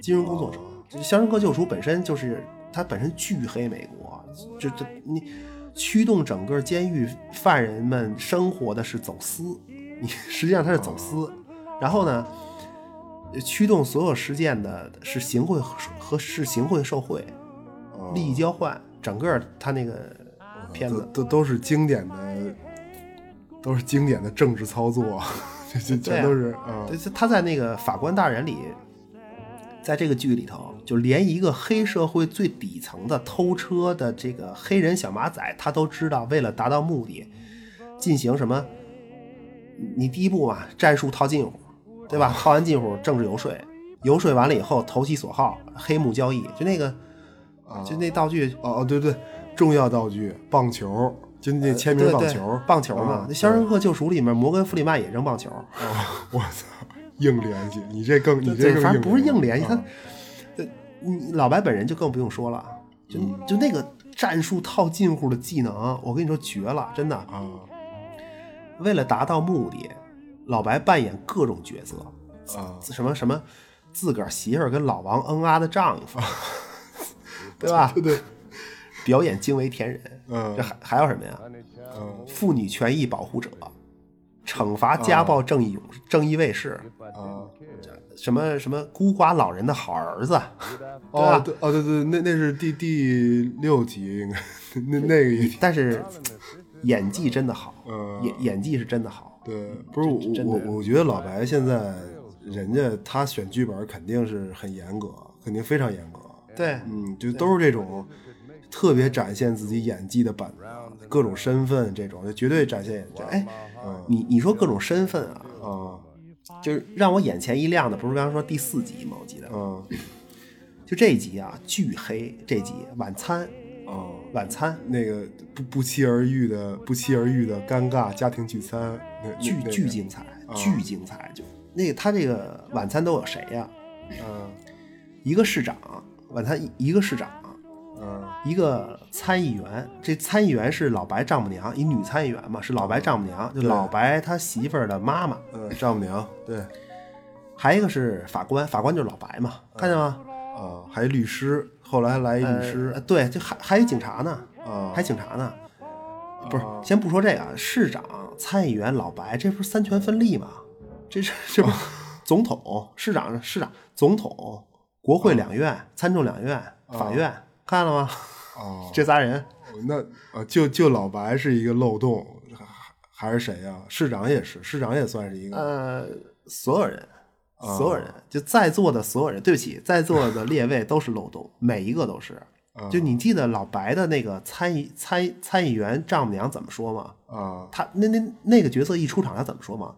Speaker 4: 金融工作者。
Speaker 2: 哦
Speaker 4: 就《肖申克救赎》本身就是它本身巨黑美国，就这你驱动整个监狱犯人们生活的是走私，你实际上它是走
Speaker 2: 哦
Speaker 4: 私，然后呢，驱动所有事件的是行贿和和是行贿受贿，
Speaker 2: 哦、
Speaker 4: 利益交换，整个他那个片子。
Speaker 2: 都都都是经典的，都是经典的政治操作，这这
Speaker 4: 对啊
Speaker 2: 全都是啊
Speaker 4: 对，他在那个《法官大人》里，在这个剧里头，就连一个黑社会最底层的偷车的这个黑人小马仔，他都知道，为了达到目的，进行什么？你第一步嘛，战术套近乎，对吧？套完近乎，政治游说，游说完了以后，投其所好，黑幕交易，就那个，
Speaker 2: 啊！
Speaker 4: 就那道具。
Speaker 2: 哦哦对对，重要道具棒球，就那签名
Speaker 4: 呃对
Speaker 2: 棒
Speaker 4: 对
Speaker 2: 球，
Speaker 4: 棒球嘛
Speaker 2: 啊，
Speaker 4: 那《肖申克救赎》里面，摩根·弗里曼也扔棒球，
Speaker 2: 我操，硬联系，你这更你这
Speaker 4: 对，
Speaker 2: 更
Speaker 4: 反正不是硬
Speaker 2: 联
Speaker 4: 联系，
Speaker 2: 系
Speaker 4: 他，呃你老白本人就更不用说了，就
Speaker 2: 嗯
Speaker 4: 就那个战术套近乎的技能，我跟你说绝了，真的。
Speaker 2: 啊
Speaker 4: 为了达到目的，老白扮演各种角色，
Speaker 2: 啊
Speaker 4: 什么什么自个儿媳妇儿跟老王恩啊的丈夫， 对吧？
Speaker 2: 对对，
Speaker 4: 表演惊为天人，
Speaker 2: 嗯
Speaker 4: 这还还有什么呀？
Speaker 2: 嗯
Speaker 4: 妇女权益保护者，惩罚家暴正义勇士正义卫士，
Speaker 2: 啊
Speaker 4: 什么什么孤寡老人的好儿子，
Speaker 2: 哦对哦对对，那那是第第六集应该，那那个也挺
Speaker 4: 但是演技真的好，
Speaker 2: 嗯
Speaker 4: 演演技是真的好。
Speaker 2: 对，不是
Speaker 4: 嗯真
Speaker 2: 我
Speaker 4: 的
Speaker 2: 我我觉得老白现在人家他选剧本肯定是很严格，肯定非常严格。
Speaker 4: 对，
Speaker 2: 嗯，就都是这种特别展现自己演技的本子，各种身份这种，就绝对展现演技。
Speaker 4: 哎，
Speaker 2: 嗯
Speaker 4: 你你说各种身份啊，
Speaker 2: 啊
Speaker 4: 就是让我眼前一亮的，不是刚刚说第四集吗？我记得，
Speaker 2: 嗯
Speaker 4: 就这一集啊，巨黑，这集晚餐，
Speaker 2: 啊，
Speaker 4: 晚餐
Speaker 2: 那个不不期而遇的不期而遇的尴尬家庭聚餐，那那
Speaker 4: 巨
Speaker 2: 那个
Speaker 4: 巨精彩，
Speaker 2: 嗯
Speaker 4: 巨精彩，就那个他这个晚餐都有谁呀、
Speaker 2: 嗯
Speaker 4: 一个市长，晚餐一一个市长。
Speaker 2: 嗯
Speaker 4: 一个参议员，这参议员是老白丈母娘，一女参议员嘛，是老白丈母娘，就
Speaker 2: 嗯对
Speaker 4: 老白他媳妇儿的妈妈。
Speaker 2: 嗯，丈母娘对
Speaker 4: 还一个是法官，法官就是老白嘛，
Speaker 2: 嗯
Speaker 4: 看见吗？
Speaker 2: 啊，还律师，后来还来一律师
Speaker 4: 呃，对，就还还有警察呢，
Speaker 2: 啊，
Speaker 4: 呃还警察呢。
Speaker 2: 哦
Speaker 4: 不是，先不说这个啊，市长、参议员、老白，这不是三权分立吗？这是这
Speaker 2: 哦
Speaker 4: 不是总统、市长、市长、总统、国
Speaker 2: 哦
Speaker 4: 会两院、参众两院、法院，看了吗？
Speaker 2: 啊，
Speaker 4: 这仨人，
Speaker 2: 那啊，就就老白是一个漏洞，还还是谁呀、啊市长也是，市长也算是一个。
Speaker 4: 呃，所有人，
Speaker 2: 啊
Speaker 4: 所有人，就在座的所有人，对不起，在座的列位都是漏洞，每一个都是。
Speaker 2: 啊
Speaker 4: 就你记得老白的那个参议参参议员丈母娘怎么说吗？
Speaker 2: 啊
Speaker 4: 他那那那个角色一出场，他怎么说吗？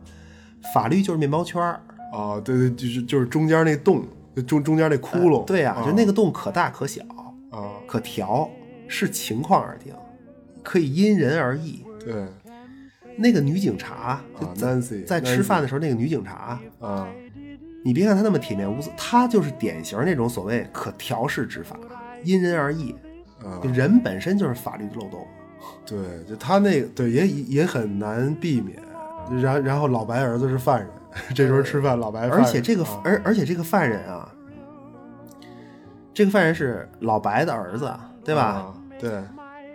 Speaker 4: 法律就是面包圈儿，
Speaker 2: 啊，对对，就是就是中间那洞，就中中间那窟窿，
Speaker 4: 呃对呀、
Speaker 2: 啊，
Speaker 4: 就那个洞可大可小，
Speaker 2: 啊，
Speaker 4: 可调，视情况而定，可以因人而异。
Speaker 2: 对
Speaker 4: 那个女警察就
Speaker 2: 啊
Speaker 4: 在、
Speaker 2: ，Nancy
Speaker 4: 在吃饭的时候，那个女警察，
Speaker 2: 候啊，
Speaker 4: 你别看她那么铁面无私，她就是典型那种所谓可调式执法，因人而异。
Speaker 2: 啊
Speaker 4: 就，人本身就是法律的漏洞，
Speaker 2: 对，就他那个对也也很难避免，然然后老白儿子是犯人， 这时候吃饭老白犯人，
Speaker 4: 而且这个
Speaker 2: 啊
Speaker 4: 而而且这个犯人啊，这个犯人是老白的儿子，对吧？
Speaker 2: 啊对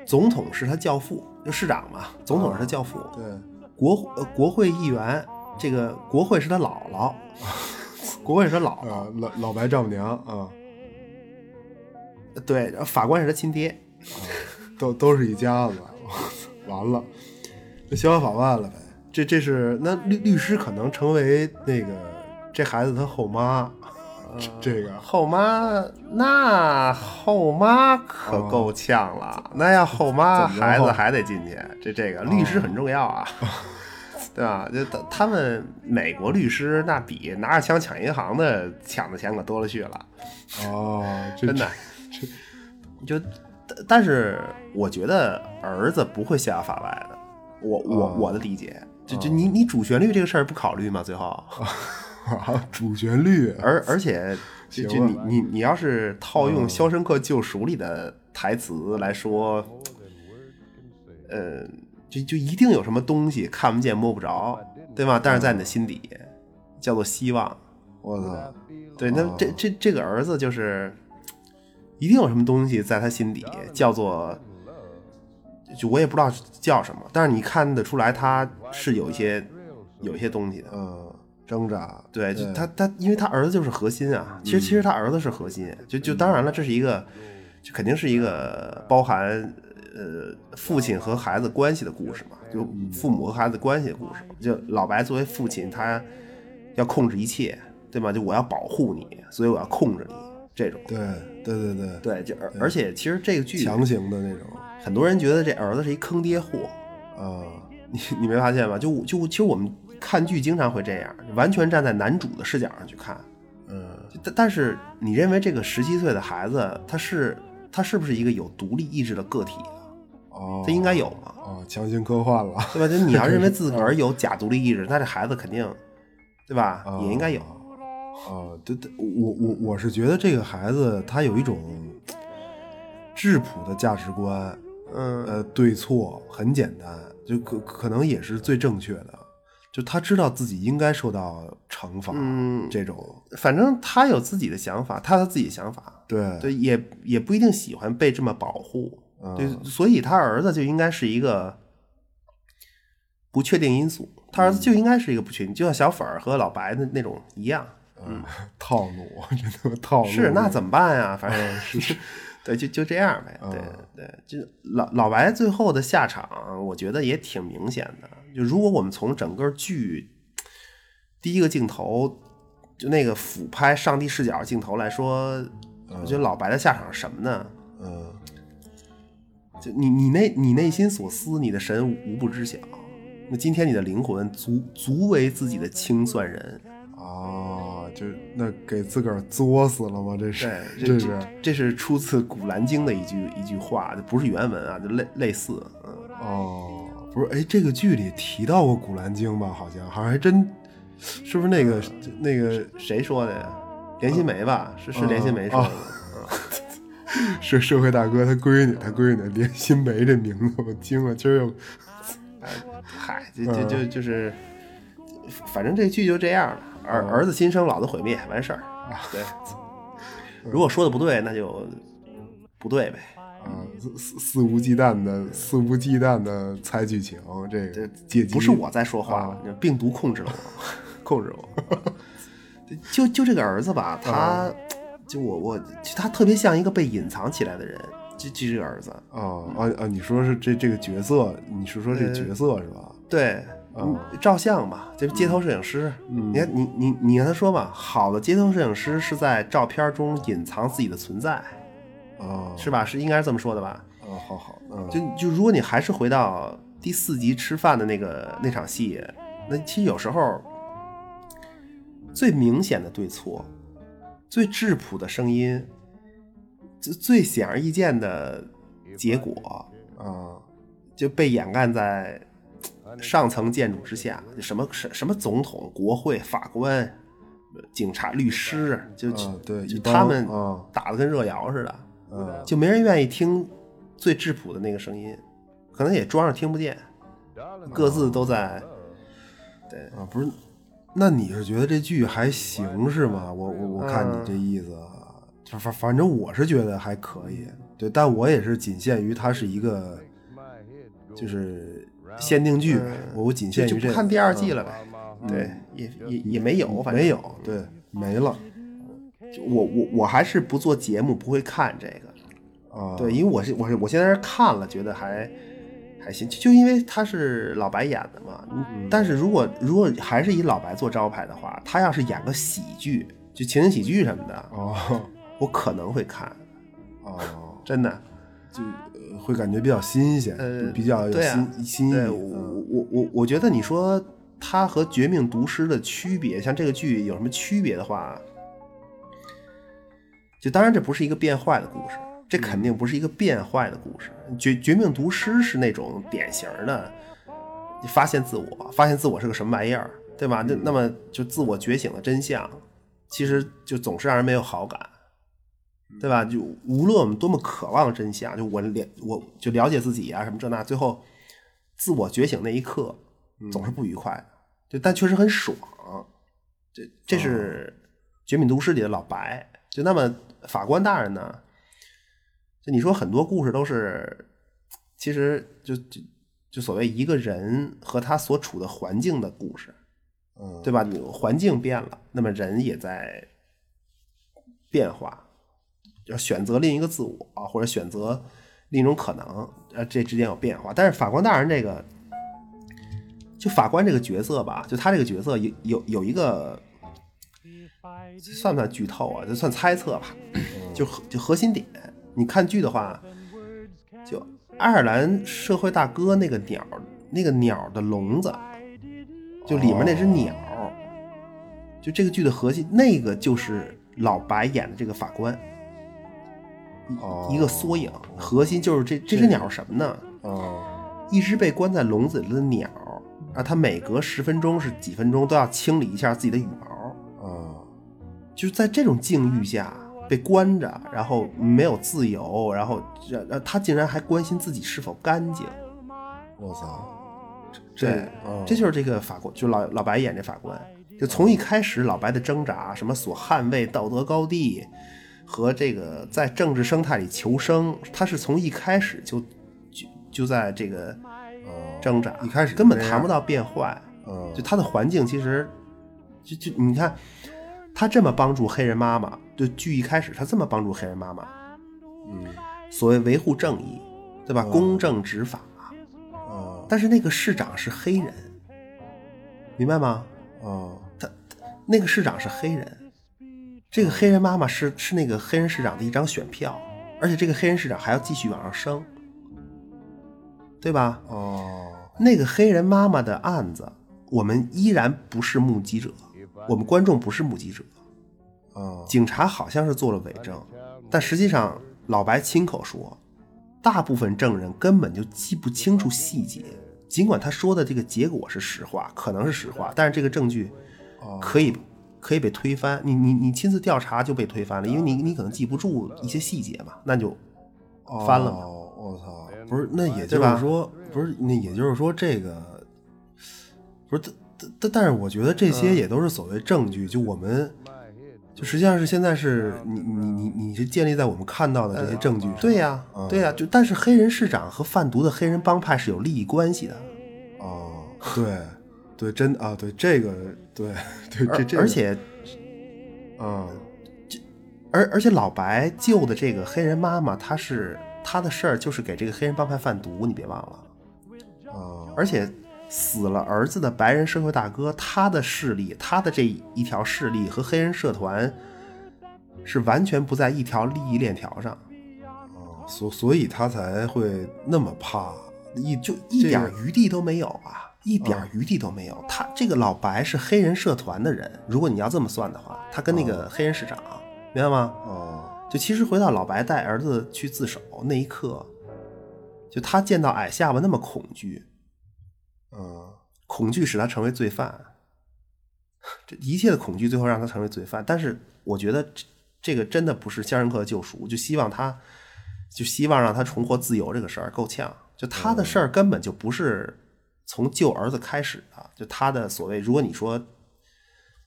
Speaker 4: 总统是他教父，就市长嘛，总统是他教父。
Speaker 2: 嗯对，
Speaker 4: 国呃国会议员，这个国会是他姥 姥，国会是他姥姥，
Speaker 2: 啊，老老白丈母娘啊，嗯
Speaker 4: 对，然后法官是他亲爹，
Speaker 2: 都都是一家子， 完了，就逍遥法外了呗。这这是那律律师可能成为那个这孩子他后妈，
Speaker 4: 呃
Speaker 2: 这这个
Speaker 4: 后妈那后妈可
Speaker 2: 哦
Speaker 4: 够呛了，那要后妈
Speaker 2: 怎么着哦
Speaker 4: 孩子
Speaker 2: 后
Speaker 4: 还得进去，这这个律师很重要啊。 对吧？就他他们美国律师那比拿着枪抢银行的抢的钱可多了去了，
Speaker 2: 哦，这
Speaker 4: 真的。就，但但是我觉得儿子不会逍遥法外的，我我、
Speaker 2: 啊
Speaker 4: 我的理解，就
Speaker 2: 哦
Speaker 4: 就你你主旋律这个事儿不考虑吗？最后，
Speaker 2: 啊，主旋律
Speaker 4: 而 而且就
Speaker 2: 行
Speaker 4: 就
Speaker 2: 吧嗯
Speaker 4: 你你你要是套用《肖申克救赎》里的台词来说，呃，就就一定有什么东西看不见摸不着，对吧？但是在你的心底叫做希望。
Speaker 2: 我操，
Speaker 4: 对，
Speaker 2: 哦
Speaker 4: 那这这这个儿子就是一定有什么东西在他心底叫做，就我也不知道叫什么，但是你看得出来他是有一些有一些东西的。
Speaker 2: 嗯，挣扎，
Speaker 4: 对，就他他，因为他儿子就是核心啊。其实其实他儿子是核心，就就当然了，这是一个，这肯定是一个包含呃父亲和孩子关系的故事嘛，就父母和孩子关系的故事。就老白作为父亲，他要控制一切，对吗？就我要保护你，所以我要控制你这种。
Speaker 2: 对对对对，
Speaker 4: 对，就而而且其实这个剧，
Speaker 2: 强行的那种
Speaker 4: 很多人觉得这儿子是一坑爹货，
Speaker 2: 啊，
Speaker 4: 你你没发现吗？就就其实我们看剧经常会这样，完全站在男主的视角上去看。
Speaker 2: 嗯，
Speaker 4: 但但是你认为这个十七岁的孩子，他是他是不是一个有独立意志的个体啊？
Speaker 2: 哦，
Speaker 4: 他应该有嘛，
Speaker 2: 哦，强行科幻了，
Speaker 4: 对吧？就你 要认为自个儿有假独立意志，那这孩子肯定，对吧？
Speaker 2: 啊
Speaker 4: 也应该有。
Speaker 2: 啊，对对，我我我是觉得这个孩子他有一种质朴的价值观，
Speaker 4: 嗯
Speaker 2: 呃，对错很简单，就可可能也是最正确的，就他知道自己应该受到惩罚，
Speaker 4: 嗯，
Speaker 2: 这种
Speaker 4: 反正他有自己的想法，他有自己的想法，
Speaker 2: 对
Speaker 4: 对，也也不一定喜欢被这么保护，
Speaker 2: 嗯
Speaker 4: 对，所以他儿子就应该是一个不确定因素，他
Speaker 2: 嗯
Speaker 4: 儿子就应该是一个不确定，就像小粉儿和老白的那种一样。
Speaker 2: 套路，真他妈套路
Speaker 4: 是，那怎么办呀？反 正是，嗯对，就就这样呗。对对，就老老白最后的下场，我觉得也挺明显的。就如果我们从整个剧第一个镜头，就那个俯拍上帝视角镜头来说，我觉得老白的下场是什么呢？
Speaker 2: 嗯
Speaker 4: 就你你内你内心所思，你的神无无不知晓。那今天你的灵魂足足为自己的清算人，
Speaker 2: 啊，就那给自个儿作死了吗？这是
Speaker 4: 对，
Speaker 2: 这
Speaker 4: 这
Speaker 2: 是
Speaker 4: 这这是出自《古兰经》的一句一句话，这不是原文啊，就类类似，嗯，
Speaker 2: 哦，不是，哎，这个剧里提到过《古兰经》吧？好像好像还真，是不是那个
Speaker 4: 嗯
Speaker 2: 那个
Speaker 4: 谁说的呀？连心梅吧，是是连心
Speaker 2: 嗯
Speaker 4: 梅说的吗，
Speaker 2: 社社会大哥他闺女，他闺女连心梅这名字我惊了，今儿又
Speaker 4: 嗯嗨、就
Speaker 2: 嗯
Speaker 4: 就就就是，反正这剧就这样了，
Speaker 2: 嗯
Speaker 4: 儿儿子新生，老子毁灭，完事儿，
Speaker 2: 啊
Speaker 4: 对。 如果说的不对，那就不对呗。
Speaker 2: 啊肆肆肆无忌惮的肆无忌惮的猜剧情，这个借机
Speaker 4: 不是我在说话，病毒控制了我，控制我。就就这个儿子吧，他就我我他特别像一个被隐藏起来的人，就就这个儿子。
Speaker 2: 啊啊啊！你说是这这个角色，你是说这个角色是吧？
Speaker 4: 对，嗯照相嘛，这街头摄影师，你看你你你跟他说嘛，好的街头摄影师是在照片中隐藏自己的存在，
Speaker 2: 啊
Speaker 4: 是吧？是应该是这么说的吧？
Speaker 2: 啊，好好，嗯
Speaker 4: 就就如果你还是回到第四集吃饭的那个那场戏，那其实有时候最明显的对错，最质朴的声音，最最显而易见的结果，
Speaker 1: 啊，
Speaker 4: 就被掩盖在嘖上层建筑之下，就什么什什么总统、国会、法官、呃警察、律师，就、就
Speaker 1: 啊对
Speaker 4: 嗯就
Speaker 1: 一帮
Speaker 4: 他们
Speaker 1: 啊
Speaker 4: 打的跟热窑似的，
Speaker 1: 嗯
Speaker 4: 就没人愿意听最质朴的那个声音，可能也装着听不见，各自都在
Speaker 1: 啊，不是，那你是觉得这剧还行是吗？我我我看你这
Speaker 4: 嗯
Speaker 1: 意思啊，就反反正我是觉得还可以，对，但我也是仅限于它是一个就是
Speaker 4: 限定剧，
Speaker 1: 我仅限于
Speaker 4: 嗯就
Speaker 1: 这
Speaker 4: 就
Speaker 1: 个
Speaker 4: 不看第二季了呗。对，也也也没有，反正嗯
Speaker 1: 没有，对，没了
Speaker 4: 就我我我还是不做节目，不会看这个。
Speaker 1: 啊，
Speaker 4: 对，因为我是我是我现在是看了，觉得还还行，就就因为他是老白演的嘛。但是如果如果还是以老白做招牌的话，他要是演个喜剧，就情景喜剧什么的，
Speaker 1: 哦
Speaker 4: 我可能会看，
Speaker 1: 哦，
Speaker 4: 真的。
Speaker 1: 就呃会感觉比较新鲜，
Speaker 4: 呃，
Speaker 1: 比较有
Speaker 4: 对啊
Speaker 1: 新新意，
Speaker 4: 对我
Speaker 1: 嗯
Speaker 4: 我我我觉得你说它和《绝命毒师》的区别，像这个剧有什么区别的话，就当然这不是一个变坏的故事，这肯定不是一个变坏的故事。绝《绝命毒师》是那种典型的你发现自我，发现自我是个什么玩意儿，对吧？那那么就自我觉醒的真相，其实就总是让人没有好感。对吧？就无论我们多么渴望真相，就我了我就了解自己啊，什么这那，最后自我觉醒那一刻总是不愉快的，就但确实很爽。这这是《绝命毒师》里的老白。就那么法官大人呢？就你说很多故事都是，其实就就就所谓一个人和他所处的环境的故事，
Speaker 1: 嗯
Speaker 4: 对吧？你环境变了，那么人也在变化，要选择另一个自我，或者选择另一种可能，呃，这之间有变化。但是法官大人这个，就法官这个角色吧，就他这个角色有有有一个，算不算剧透
Speaker 1: 嗯
Speaker 4: 啊？就算猜测吧，就核就核心点。你看剧的话，就爱尔兰社会大哥那个鸟儿，那个鸟儿的笼子，就里面那只鸟
Speaker 1: 哦
Speaker 4: 儿，就这个剧的核心，那个就是老白演的这个法官，
Speaker 1: 哦
Speaker 4: 一个缩影。核心就是这这只鸟是什么呢？
Speaker 1: 哦
Speaker 4: 一只被关在笼子里的鸟，啊，它每隔十分钟是几分钟都要清理一下自己的羽毛，
Speaker 1: 哦
Speaker 4: 就是在这种境遇下被关着，然后没有自由，然后然后他竟然还关心自己是否干净，
Speaker 1: 我操，
Speaker 4: 这
Speaker 1: 哦
Speaker 4: 这就是这个法官，就老老白演这法官，就从一开始老白的挣扎，什么所捍卫道德高地和这个在政治生态里求生，他是从一开始就就就在这个
Speaker 1: 哦
Speaker 4: 挣扎，
Speaker 1: 一开始就
Speaker 4: 根本
Speaker 1: 这样
Speaker 4: 谈不到变坏，
Speaker 1: 嗯
Speaker 4: 就他的环境其实就就你看他这么帮助黑人妈妈，就剧一开始他这么帮助黑人妈妈，
Speaker 1: 嗯
Speaker 4: 所谓维护正义，对吧？公正执法，
Speaker 1: 哦
Speaker 4: 但是那个市长是黑人，明白吗？
Speaker 1: 哦
Speaker 4: 他那个市长是黑人，这个黑人妈妈是是那个黑人市长的一张选票，而且这个黑人市长还要继续往上升，对吧？
Speaker 1: 哦
Speaker 4: 那个黑人妈妈的案子，我们依然不是目击者，我们观众不是目击者，
Speaker 1: 哦
Speaker 4: 警察好像是做了伪证，但实际上老白亲口说，大部分证人根本就记不清楚细节。尽管他说的这个结果是实话，可能是实话，但是这个证据可以可以被推翻。你你你亲自调查就被推翻了，因为你你可能记不住一些细节嘛，那就翻了嘛。
Speaker 1: 哦我操，不是，那也
Speaker 4: 对
Speaker 1: 就
Speaker 4: 吧
Speaker 1: 是说，不是，那也就是说，这个不是，但但但但是，我觉得这些
Speaker 4: 嗯
Speaker 1: 也都是所谓证据，就我们。就实际上是现在是你你你你是建立在我们看到的这些证据上，
Speaker 4: 对呀、
Speaker 1: 嗯
Speaker 4: 对呀、就但是黑人市长和贩毒的黑人帮派是有利益关系的。
Speaker 1: 哦，
Speaker 2: 呃
Speaker 1: 对对，真啊，对这个对 对这这个，
Speaker 4: 而且
Speaker 1: 嗯
Speaker 4: 而而且老白救的这个黑人妈妈，她是她的事儿就是给这个黑人帮派贩毒，你别忘了。
Speaker 1: 啊
Speaker 4: 而且死了儿子的白人社会大哥，他的势力，他的这一条势力和黑人社团是完全不在一条利益链条上，
Speaker 2: 呃
Speaker 1: 啊，所所以他才会那么怕，
Speaker 4: 一就一点余地都没有啊！一点儿余地都没有。他这个老白是黑人社团的人，如果你要这么算的话，他跟那个黑人市长，明白吗？
Speaker 2: 嗯
Speaker 5: 哦，
Speaker 4: 就其实回到老白带儿子去自首那一刻，就他见到矮下巴那么恐惧，
Speaker 5: 嗯，
Speaker 4: 恐惧使他成为罪犯， 这一切的恐惧最后让他成为罪犯。但是我觉得这这个真的不是《肖申克的救赎》，就希望他，就希望让他重获自由这个事儿够呛。就他的事儿根本就不是从救儿子开始的，就他的所谓，如果你说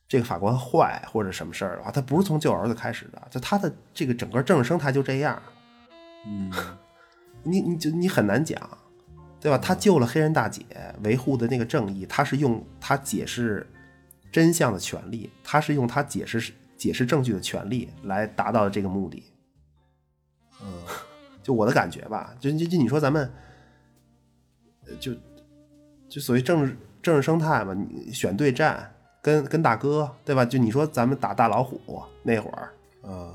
Speaker 4: 这个法官坏或者什么事儿的话，他不是从救儿子开始的，就他的这个整个政治生态就这样。 嗯，你你就你很难讲，对吧？他救了黑人大姐，维护的那个正义，他是用他解释真相的权利，他是用他解释解释证据的权利来达到这个目的。嗯，就我的感觉吧，就就就你说咱们，呃就就所谓政治政治生态嘛，你选对战跟跟大哥，对吧？就你说咱们打大老虎那会儿，
Speaker 5: 啊，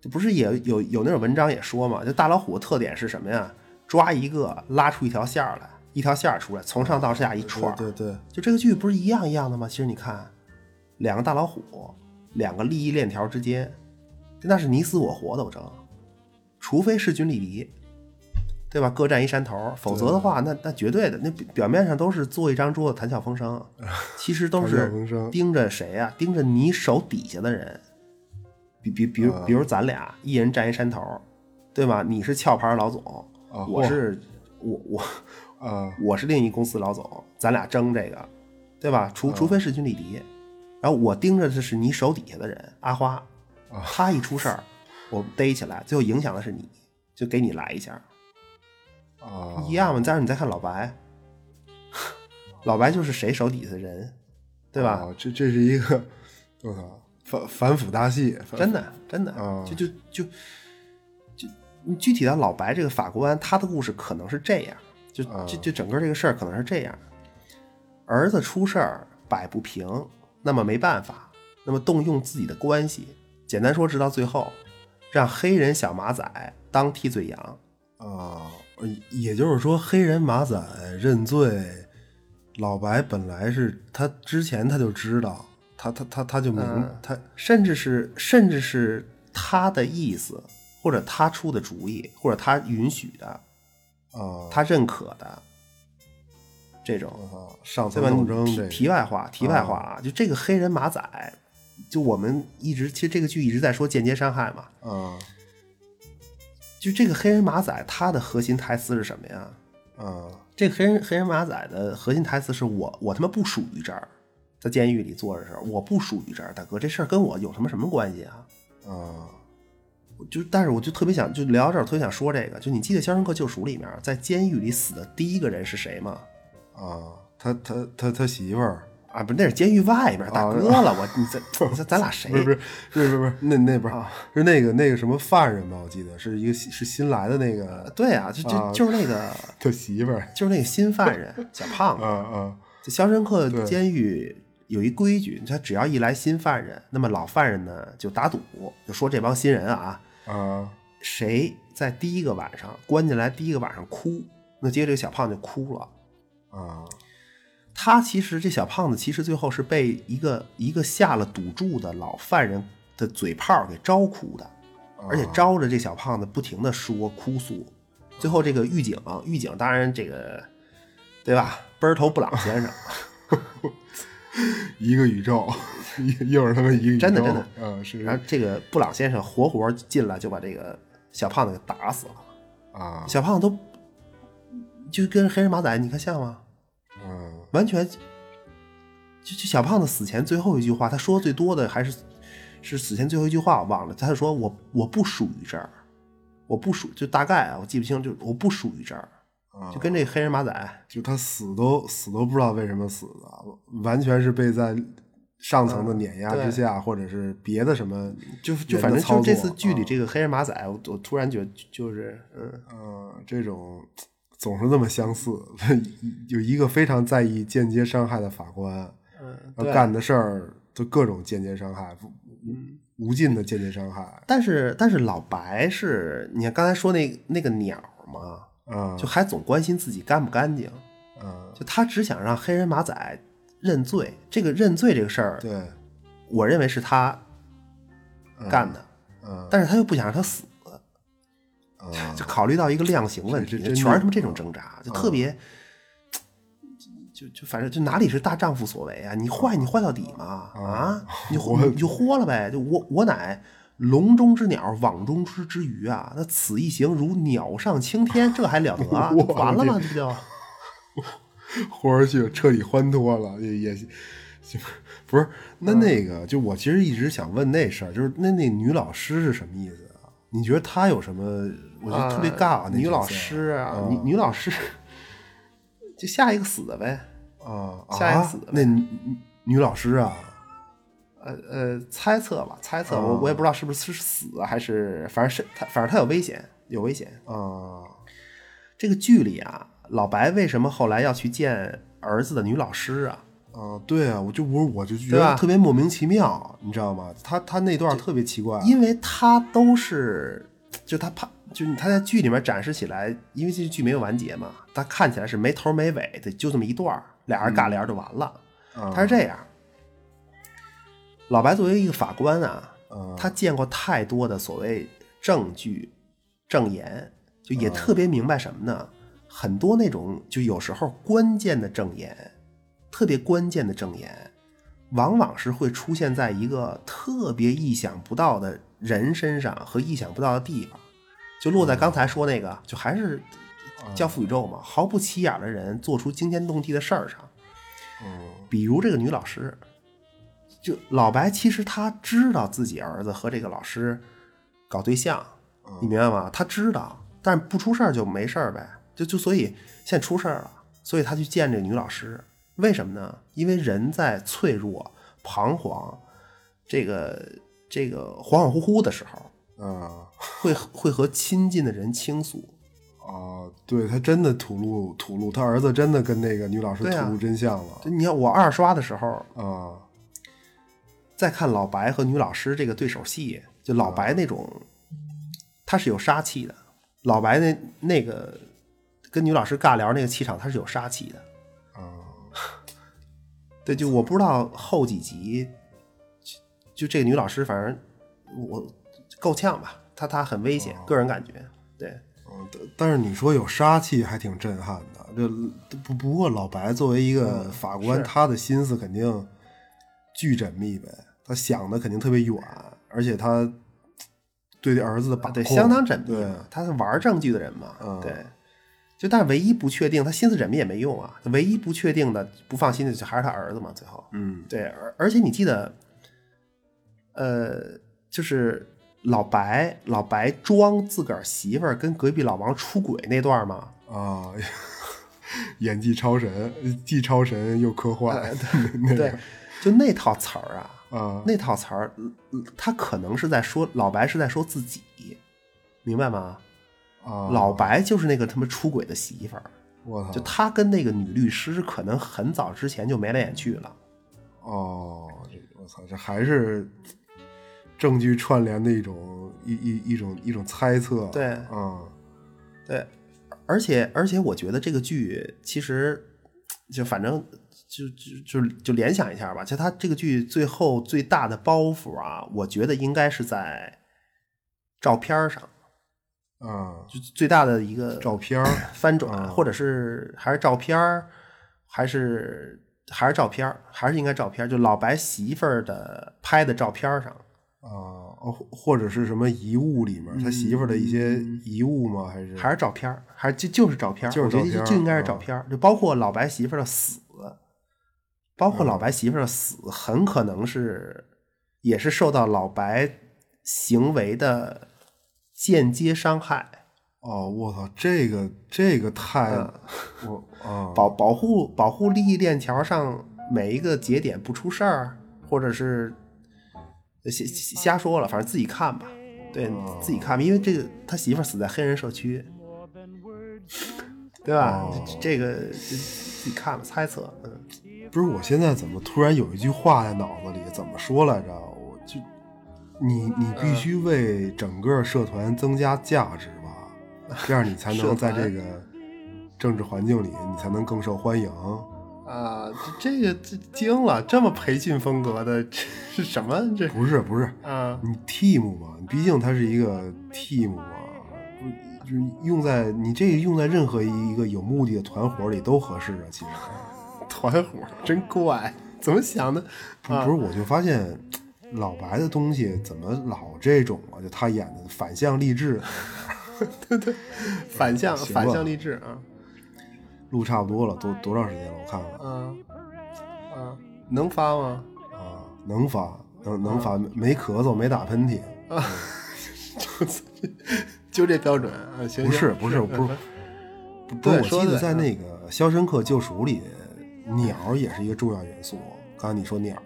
Speaker 4: 这不是也有有那种文章也说嘛？就大老虎的特点是什么呀？抓一个拉出一条线儿来，一条线儿出来，从上到下一串儿。
Speaker 5: 对对，
Speaker 4: 就这个剧不是一样一样的吗？其实你看，两个大老虎，两个利益链条之间，那是你死我活斗争，除非势均力敌，对吧？各占一山头，否则的话，那那绝对的，那表面上都是坐一张桌子谈笑 风生，其实都
Speaker 2: 谈
Speaker 4: 是
Speaker 2: 笑风生
Speaker 4: 盯着谁呀、盯着你手底下的人，比比比如
Speaker 2: 啊
Speaker 4: 比如咱俩一人占一山头，对吧？你是壳牌老总，
Speaker 2: 啊
Speaker 4: 我
Speaker 2: 嚯
Speaker 4: 是我我。
Speaker 2: 啊
Speaker 4: 我是另一公司老总，咱俩争这个，对吧？除除非势均力敌，然后我盯着的是你手底下的人阿花，他一出事儿，我逮起来，最后影响的是你，就给你来一下，
Speaker 2: 啊
Speaker 4: 一样嘛。但是你再看老白，老白就是谁手底下的人， 对吧？
Speaker 2: 哦这这是一个，我操，反反腐大戏，反
Speaker 4: 真的，真的，
Speaker 2: 啊
Speaker 4: 就就就就你具体到老白这个法官，他的故事可能是这样，就
Speaker 2: 啊
Speaker 4: 就就整个这个事儿可能是这样，儿子出事儿摆不平，那么没办法，那么动用自己的关系，简单说，直到最后，让黑人小马仔当替罪羊，
Speaker 2: 啊，呃也就是说，黑人马仔认罪，老白本来是他之前他就知道，他他他他就明、
Speaker 4: 嗯
Speaker 2: 他
Speaker 4: 甚至是甚至是他的意思，或者他出的主意，或者他允许的，
Speaker 2: 啊，
Speaker 4: 他认可的这种。
Speaker 2: 我操上层
Speaker 4: 对吧？
Speaker 2: 斗
Speaker 4: 你
Speaker 2: 争这
Speaker 4: 题
Speaker 2: 个
Speaker 4: 题外话，题外话啊，就这个黑人马仔，就我们一直其实这个剧一直在说间接伤害嘛，
Speaker 2: 啊
Speaker 4: 就这个黑人马仔他的核心台词是什么呀？
Speaker 2: 啊
Speaker 4: 这个黑人黑人马仔的核心台词是我我他妈不属于这儿，在监狱里坐着的时候我不属于这儿，大哥，这事儿跟我有他妈什么关系啊？
Speaker 2: 啊
Speaker 4: 我就但是我就特别想就聊到这儿，我特别想说这个，就你记得《肖申克救赎》里面在监狱里死的第一个人是谁吗？
Speaker 2: 啊，他他他他媳妇儿
Speaker 4: 啊，不是，那是监狱外边，大哥了，我你这你这咱俩谁？
Speaker 2: 哦
Speaker 4: 啊
Speaker 2: 不是不是不是不是不是那那不是、是那个那个什么犯人吧？我记得是一个新是新来的那个
Speaker 4: 对啊，就就
Speaker 2: 啊
Speaker 4: 就是那个，
Speaker 2: 他媳妇儿
Speaker 4: 就是那个新犯人小
Speaker 2: 啊
Speaker 4: 胖子。
Speaker 2: 啊
Speaker 4: 这《肖申克监狱》有一规矩，他只要一来新犯人，那么老犯人呢就打赌，就说这帮新人啊，
Speaker 2: 啊
Speaker 4: 谁在第一个晚上关进来，第一个晚上哭，那结果这个小胖就哭了。
Speaker 2: 啊
Speaker 4: 他其实这小胖子其实最后是被一个一个下了赌注的老犯人的嘴炮给招哭的，而且招着这小胖子不停的说哭诉，最后这个狱警狱警当然这个对吧，奔儿头布朗先生，
Speaker 2: 一个宇宙，一又是他们一个宇宙，
Speaker 4: 真的真的
Speaker 2: 啊是
Speaker 4: 然后这个布朗先生活活进来就把这个小胖子给打死了，
Speaker 2: 啊
Speaker 4: 小胖子都就跟黑人马仔你看像吗？
Speaker 2: 嗯。
Speaker 4: 完全就就小胖子死前最后一句话，他说最多的还是是死前最后一句话，我忘了，他就说我我不属于这儿，我不属就大概啊，我记不清，就我不属于这儿，就跟这黑人马仔，
Speaker 2: 就他死都死都不知道为什么死的，完全是被在上层的
Speaker 4: 嗯
Speaker 2: 碾压之下，或者是别的什么，
Speaker 4: 就
Speaker 2: 人
Speaker 4: 就
Speaker 2: 的
Speaker 4: 反正
Speaker 2: 操作
Speaker 4: 就这次剧里这个黑人马仔，我我突然觉得就就是嗯，
Speaker 2: 呃，这种总是这么相似。 有一个非常在意间接伤害的法官，然后
Speaker 4: 嗯对
Speaker 2: 干的事儿都各种间接伤害，无
Speaker 4: 嗯
Speaker 2: 无尽的间接伤害
Speaker 4: 但是但是老白是你看刚才说那那个鸟嘛，
Speaker 2: 啊
Speaker 4: 就还总关心自己干不干净。
Speaker 2: 啊嗯，
Speaker 4: 就他只想让黑人马仔认罪，这个认罪这个事儿，
Speaker 2: 对，
Speaker 4: 我认为是他
Speaker 2: 嗯
Speaker 4: 干的，
Speaker 2: 嗯，
Speaker 4: 但是他又不想让他死，
Speaker 2: 嗯
Speaker 4: 就考虑到一个量刑问题，
Speaker 2: 这这嗯
Speaker 4: 全
Speaker 2: 真
Speaker 4: 是他
Speaker 2: 的
Speaker 4: 妈这种挣扎，就特别，就就反正就哪里是大丈夫所为啊？你坏你坏到底嘛 啊！你
Speaker 2: 嗯我
Speaker 4: 你就豁了呗！就我我乃笼中之鸟，网中之之鱼啊！那此一行如鸟上青天，这还了得啊
Speaker 2: 我？的
Speaker 4: 完了吗？
Speaker 2: 天
Speaker 4: 这不 就？
Speaker 2: 豁而去彻底欢脱了，也也行，不是
Speaker 4: 嗯
Speaker 2: 那那个，就我其实一直想问那事儿，就是那那女老师是什么意思啊？你觉得她有什么？我觉得特别尬、
Speaker 4: 啊
Speaker 2: 那
Speaker 4: 女
Speaker 2: 角
Speaker 4: 老
Speaker 2: 色
Speaker 4: 师啊，
Speaker 2: 嗯
Speaker 4: 女女老师 就下一个死的呗。
Speaker 2: 啊
Speaker 4: 下一
Speaker 2: 啊
Speaker 4: 次呗，
Speaker 2: 那女女老师啊，
Speaker 4: 呃呃，猜测吧，猜测，我
Speaker 2: 啊
Speaker 4: 我也不知道是不是是死还是，反正是他，反正他有危险，有危险。
Speaker 2: 啊，
Speaker 4: 这个剧里啊，老白为什么后来要去见儿子的女老师啊？
Speaker 2: 啊，对啊，我就不是，我就觉
Speaker 4: 对吧
Speaker 2: 得特别莫名其妙，你知道吗？他他那段特别奇怪，啊
Speaker 4: 因为他都是，就他怕，就是他在剧里面展示起来，因为这剧没有完结嘛，他看起来是没头没尾的，就这么一段儿，俩人尬聊就完了。
Speaker 2: 啊
Speaker 4: 他是这样，老白作为一个法官啊，
Speaker 2: 啊
Speaker 4: 他见过太多的所谓证据、证言，就也特别明白什么呢？很多那种就有时候关键的证言，特别关键的证言，往往是会出现在一个特别意想不到的人身上和意想不到的地方，就落在刚才说那个，就还是交付宇宙嘛，毫不起眼的人做出惊天动地的事儿上。比如这个女老师，就老白其实他知道自己儿子和这个老师搞对象，你明白吗？他知道，但是不出事儿就没事儿呗，就就所以现在出事儿了，所以他去见这个女老师，为什么呢？因为人在脆弱、彷徨，这个这个恍恍惚惚的时候，
Speaker 2: 啊
Speaker 4: 会会和亲近的人倾诉，
Speaker 2: 啊，对他真的吐露吐露，他儿子真的跟那个女老师
Speaker 4: 对啊
Speaker 2: 吐露真相了
Speaker 4: 就你看我二刷的时候，
Speaker 2: 啊
Speaker 4: 再看老白和女老师这个对手戏，就老白那种，他是有杀气的。老白那那个跟女老师尬聊那个气场，他是有杀气的。
Speaker 2: 啊
Speaker 4: 对，就我不知道后几集，就就这个女老师，反正我我够呛吧，她她很危险，个人感觉。对，
Speaker 2: 嗯，但但是你说有杀气还挺震撼的，这不不过老白作为一个法官，
Speaker 4: 嗯是
Speaker 2: 他的心思肯定巨缜密呗，他想的肯定特别远，而且他对这儿子的把控
Speaker 4: 对，相当缜密
Speaker 2: 对
Speaker 4: 嘛，他是玩证据的人嘛，
Speaker 2: 嗯
Speaker 4: 对。就但是唯一不确定，他心思缜密也没用啊。唯一不确定的、不放心的，就还是他儿子嘛。最后，
Speaker 2: 嗯
Speaker 4: 对，而而且你记得，呃，就是老白老白装自个儿媳妇儿跟隔壁老王出轨那段吗？
Speaker 2: 啊，演技超神，既超神又科幻， 那
Speaker 4: 呃对
Speaker 2: 个，
Speaker 4: 就那套词儿啊，
Speaker 2: 啊，
Speaker 4: 那套词儿，嗯他可能是在说老白是在说自己，明白吗？
Speaker 2: 啊
Speaker 4: 老白就是那个他妈出轨的媳妇儿，
Speaker 2: 我操
Speaker 4: 就他跟那个女律师可能很早之前就眉来眼去了。
Speaker 2: 哦，这我操，这还是证据串联的一种一一一种一种猜测，
Speaker 4: 对
Speaker 2: 啊。
Speaker 4: 对，而且而且，我觉得这个剧其实就反正就就就就联想一下吧，就它这个剧最后最大的包袱啊，我觉得应该是在照片儿上，
Speaker 2: 啊，
Speaker 4: 就最大的一个
Speaker 2: 照片儿
Speaker 4: 翻转，
Speaker 2: 啊
Speaker 4: 或者是还是照片儿，还是还是照片儿，还是应该照片儿，就老白媳妇儿的拍的照片儿上。
Speaker 2: 啊，哦或或者是什么遗物里面儿他媳妇儿的一些遗物吗？还是
Speaker 4: 嗯还是照片儿，还是就就是照片儿，
Speaker 2: 就是
Speaker 4: 我觉得
Speaker 2: 照片儿啊
Speaker 4: 就应该是照片儿，就包括老白媳妇儿的死，包
Speaker 2: 嗯
Speaker 4: 括老白媳妇儿的死，很可能是也是受到老白行为的间接伤害。
Speaker 2: 哦，我操，这个这个太
Speaker 4: 嗯
Speaker 2: 我啊
Speaker 4: 保保护保护利益链条上每一个节点不出事儿，或者是瞎瞎瞎说了，反正自己看吧，对，自己看吧，因为这个他媳妇儿死在黑人社区， 对吧？
Speaker 2: 哦
Speaker 4: 这这个就自己看吧，猜测，嗯，
Speaker 2: 不是，我现在怎么突然有一句话在脑子里，怎么说来着？我就你你必须为整个社团增加价值吧，这样你才
Speaker 4: 社
Speaker 2: 能在
Speaker 4: 团
Speaker 2: 这个政治环境里，你才能更受欢迎。
Speaker 4: 啊，这这个这惊了，这么培训风格的，这是什么这
Speaker 2: 不是不是，
Speaker 4: 啊？
Speaker 2: 你 team 嘛，你毕竟它是一个 team 啊，不就是用在你这个用在任何一个有目的的团伙里都合适啊。其实，
Speaker 4: 团伙真怪，怎么想的？
Speaker 2: 不
Speaker 4: 啊
Speaker 2: 不是，我就发现老白的东西怎么老这种啊？就他演的反向励志，
Speaker 4: 反向
Speaker 2: 行吧
Speaker 4: 反向励志啊
Speaker 2: 录差不多了，多多长时间了？我看看
Speaker 4: 啊啊！能发吗？
Speaker 2: 啊，能发能能发，
Speaker 4: 嗯
Speaker 2: 没咳嗽，没打喷嚏。
Speaker 4: 就这标准啊？行，
Speaker 2: 不是
Speaker 4: 行
Speaker 2: 不是不是不不
Speaker 4: 对
Speaker 2: 是，我
Speaker 4: 说
Speaker 2: 记
Speaker 4: 得
Speaker 2: 得
Speaker 4: 对
Speaker 2: 在
Speaker 4: 嗯
Speaker 2: 那个《肖申克救赎》里，鸟也是一个重要元素。刚才你说鸟，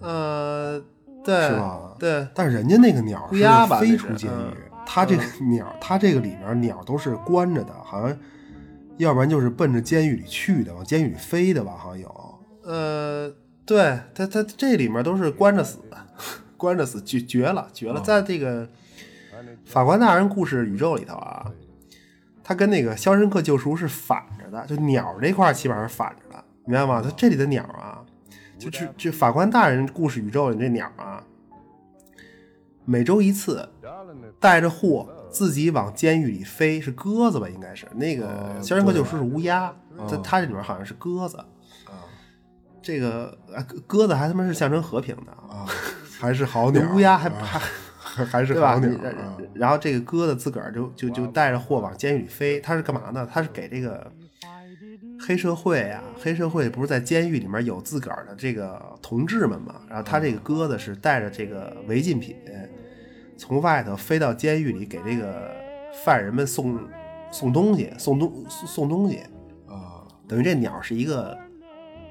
Speaker 4: 呃，对，
Speaker 2: 是吧
Speaker 4: 对，
Speaker 2: 但人家那个鸟
Speaker 4: 乌鸦吧
Speaker 2: 是飞
Speaker 4: 那
Speaker 2: 出
Speaker 4: 是
Speaker 2: 监
Speaker 4: 嗯
Speaker 2: 狱，它这个 鸟，它这个里面鸟都是关着的，好像要不然就是奔着监狱里去的，往监狱里飞的吧，好像有。
Speaker 4: 呃，对，他他这里面都是关着死 的，关着死，绝绝了，绝了。
Speaker 2: 哦
Speaker 4: 在这个法官大人故事宇宙里头啊，他跟那个《肖申克救赎》是反着的，就鸟这块儿起码是反着的，你明白吗？他这里的鸟啊，就是这法官大人故事宇宙里这鸟啊，每周一次，带着货自己往监狱里飞，是鸽子吧？应该是那个《肖申克救赎》是乌鸦，它它这里面好像是鸽子。这个啊鸽鸽子还他妈是象征和平的啊，
Speaker 2: 还是好鸟
Speaker 4: 那，乌鸦还
Speaker 2: 啊
Speaker 4: 还
Speaker 2: 还还是
Speaker 4: 对吧？
Speaker 2: 好鸟
Speaker 4: 你
Speaker 2: 啊！
Speaker 4: 然后这个鸽子自个儿就就就带着货往监狱里飞，它是干嘛呢？它是给这个黑社会啊，黑社会不是在监狱里面有自个儿的这个同志们嘛？然后它这个鸽子是带着这个违禁品从外头飞到监狱里，给这个犯人们送送东西，送东送送东西。
Speaker 2: 啊
Speaker 4: 等于这鸟是一个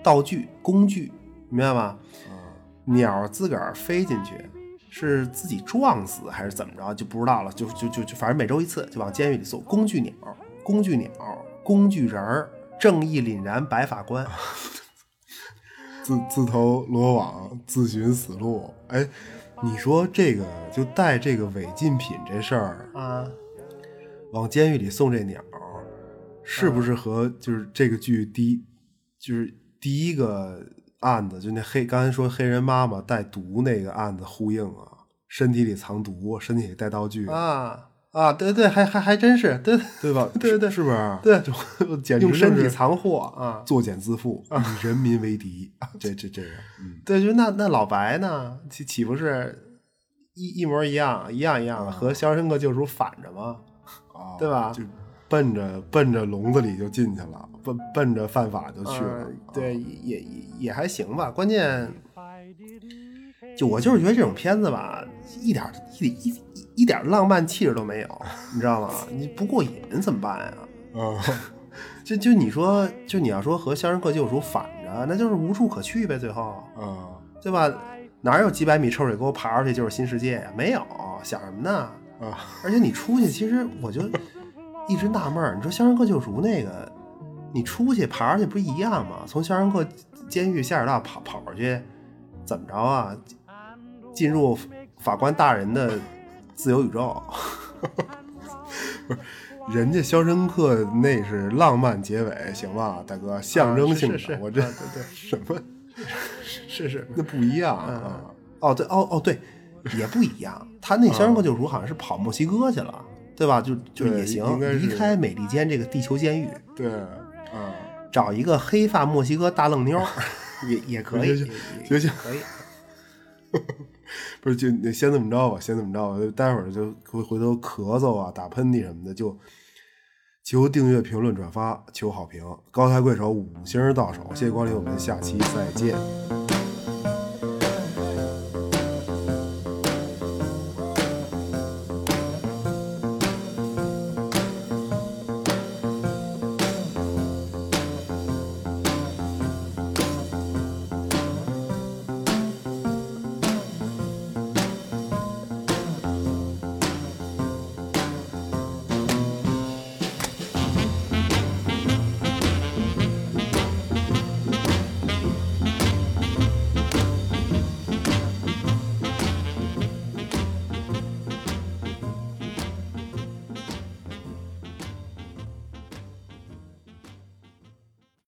Speaker 4: 道具工具，明白吗？鸟自个儿飞进去，是自己撞死还是怎么着就不知道了，就就就就反正每周一次就往监狱里送工具鸟、工具鸟、工具人儿，正义凛然白法官。
Speaker 2: 自自投罗网，自寻死路。哎，你说这个就带这个违禁品这事儿，
Speaker 4: 啊，
Speaker 2: 往监狱里送这鸟，是不是和就是这个剧第一就是第一个案子，就那黑刚才说黑人妈妈带毒那个案子呼应啊？身体里藏毒，身体里带道具，
Speaker 4: 啊啊，对对，还还还真是，对
Speaker 2: 对吧？
Speaker 4: 对对
Speaker 2: 是是不是？
Speaker 4: 对，
Speaker 2: 就简直
Speaker 4: 用身
Speaker 2: 就
Speaker 4: 体
Speaker 2: 是
Speaker 4: 藏祸啊。
Speaker 2: 作茧自缚，以人民为 敌。这这这个，嗯，
Speaker 4: 对，就那那老白呢，岂岂不是一一模一样，一样一样的，和《肖申克救赎》反着吗？
Speaker 2: 啊
Speaker 4: 对吧
Speaker 2: 就奔着奔着笼子里就进去了，奔奔着犯法就去了。啊
Speaker 4: 嗯对，也也也还行吧。关键，就我就是觉得这种片子吧，一点儿一一一一点儿浪漫气质都没有，你知道吗？你不过瘾怎么办呀？嗯
Speaker 2: 啊，
Speaker 4: 就就你说，就你要说和《肖申克救赎》反着，那就是无处可去呗，最后，
Speaker 2: 啊
Speaker 4: 对吧？哪有几百米臭水沟爬出去就是新世界呀？没有，想什么呢？
Speaker 2: 啊
Speaker 4: 而且你出去，其实我就一直纳闷儿，你说《肖申克救赎》那个，你出去爬上去不一样吗？从肖申克监狱下水道跑跑出去，怎么着啊？进入法官大人的自由宇宙，
Speaker 2: 人家《肖申克》那是浪漫结尾，行吧，大哥，象征性的，
Speaker 4: 是是是
Speaker 2: 我这、
Speaker 4: 啊对对
Speaker 2: 什么
Speaker 4: 是是
Speaker 2: 那不一样
Speaker 4: 嗯嗯
Speaker 2: 啊。
Speaker 4: 哦对哦哦对，也不一样。他那《肖申克救赎》好像是跑墨西哥去了，对吧？就就
Speaker 2: 对
Speaker 4: 也
Speaker 2: 应
Speaker 4: 行
Speaker 2: 该，是
Speaker 4: 离开美利坚这个地球监狱，
Speaker 2: 对啊，
Speaker 4: 找一个黑发墨西哥大愣妞儿， 也也可以，
Speaker 2: 行行
Speaker 4: 也
Speaker 2: 行行
Speaker 4: 可以。
Speaker 2: 不是就你先这么着吧，先这么着吧，待会儿就回回头咳嗽啊、打喷嚏什么的，就求订阅、评论、转发，求好评，高抬贵手，五星到手，谢谢光临，我们下期再见。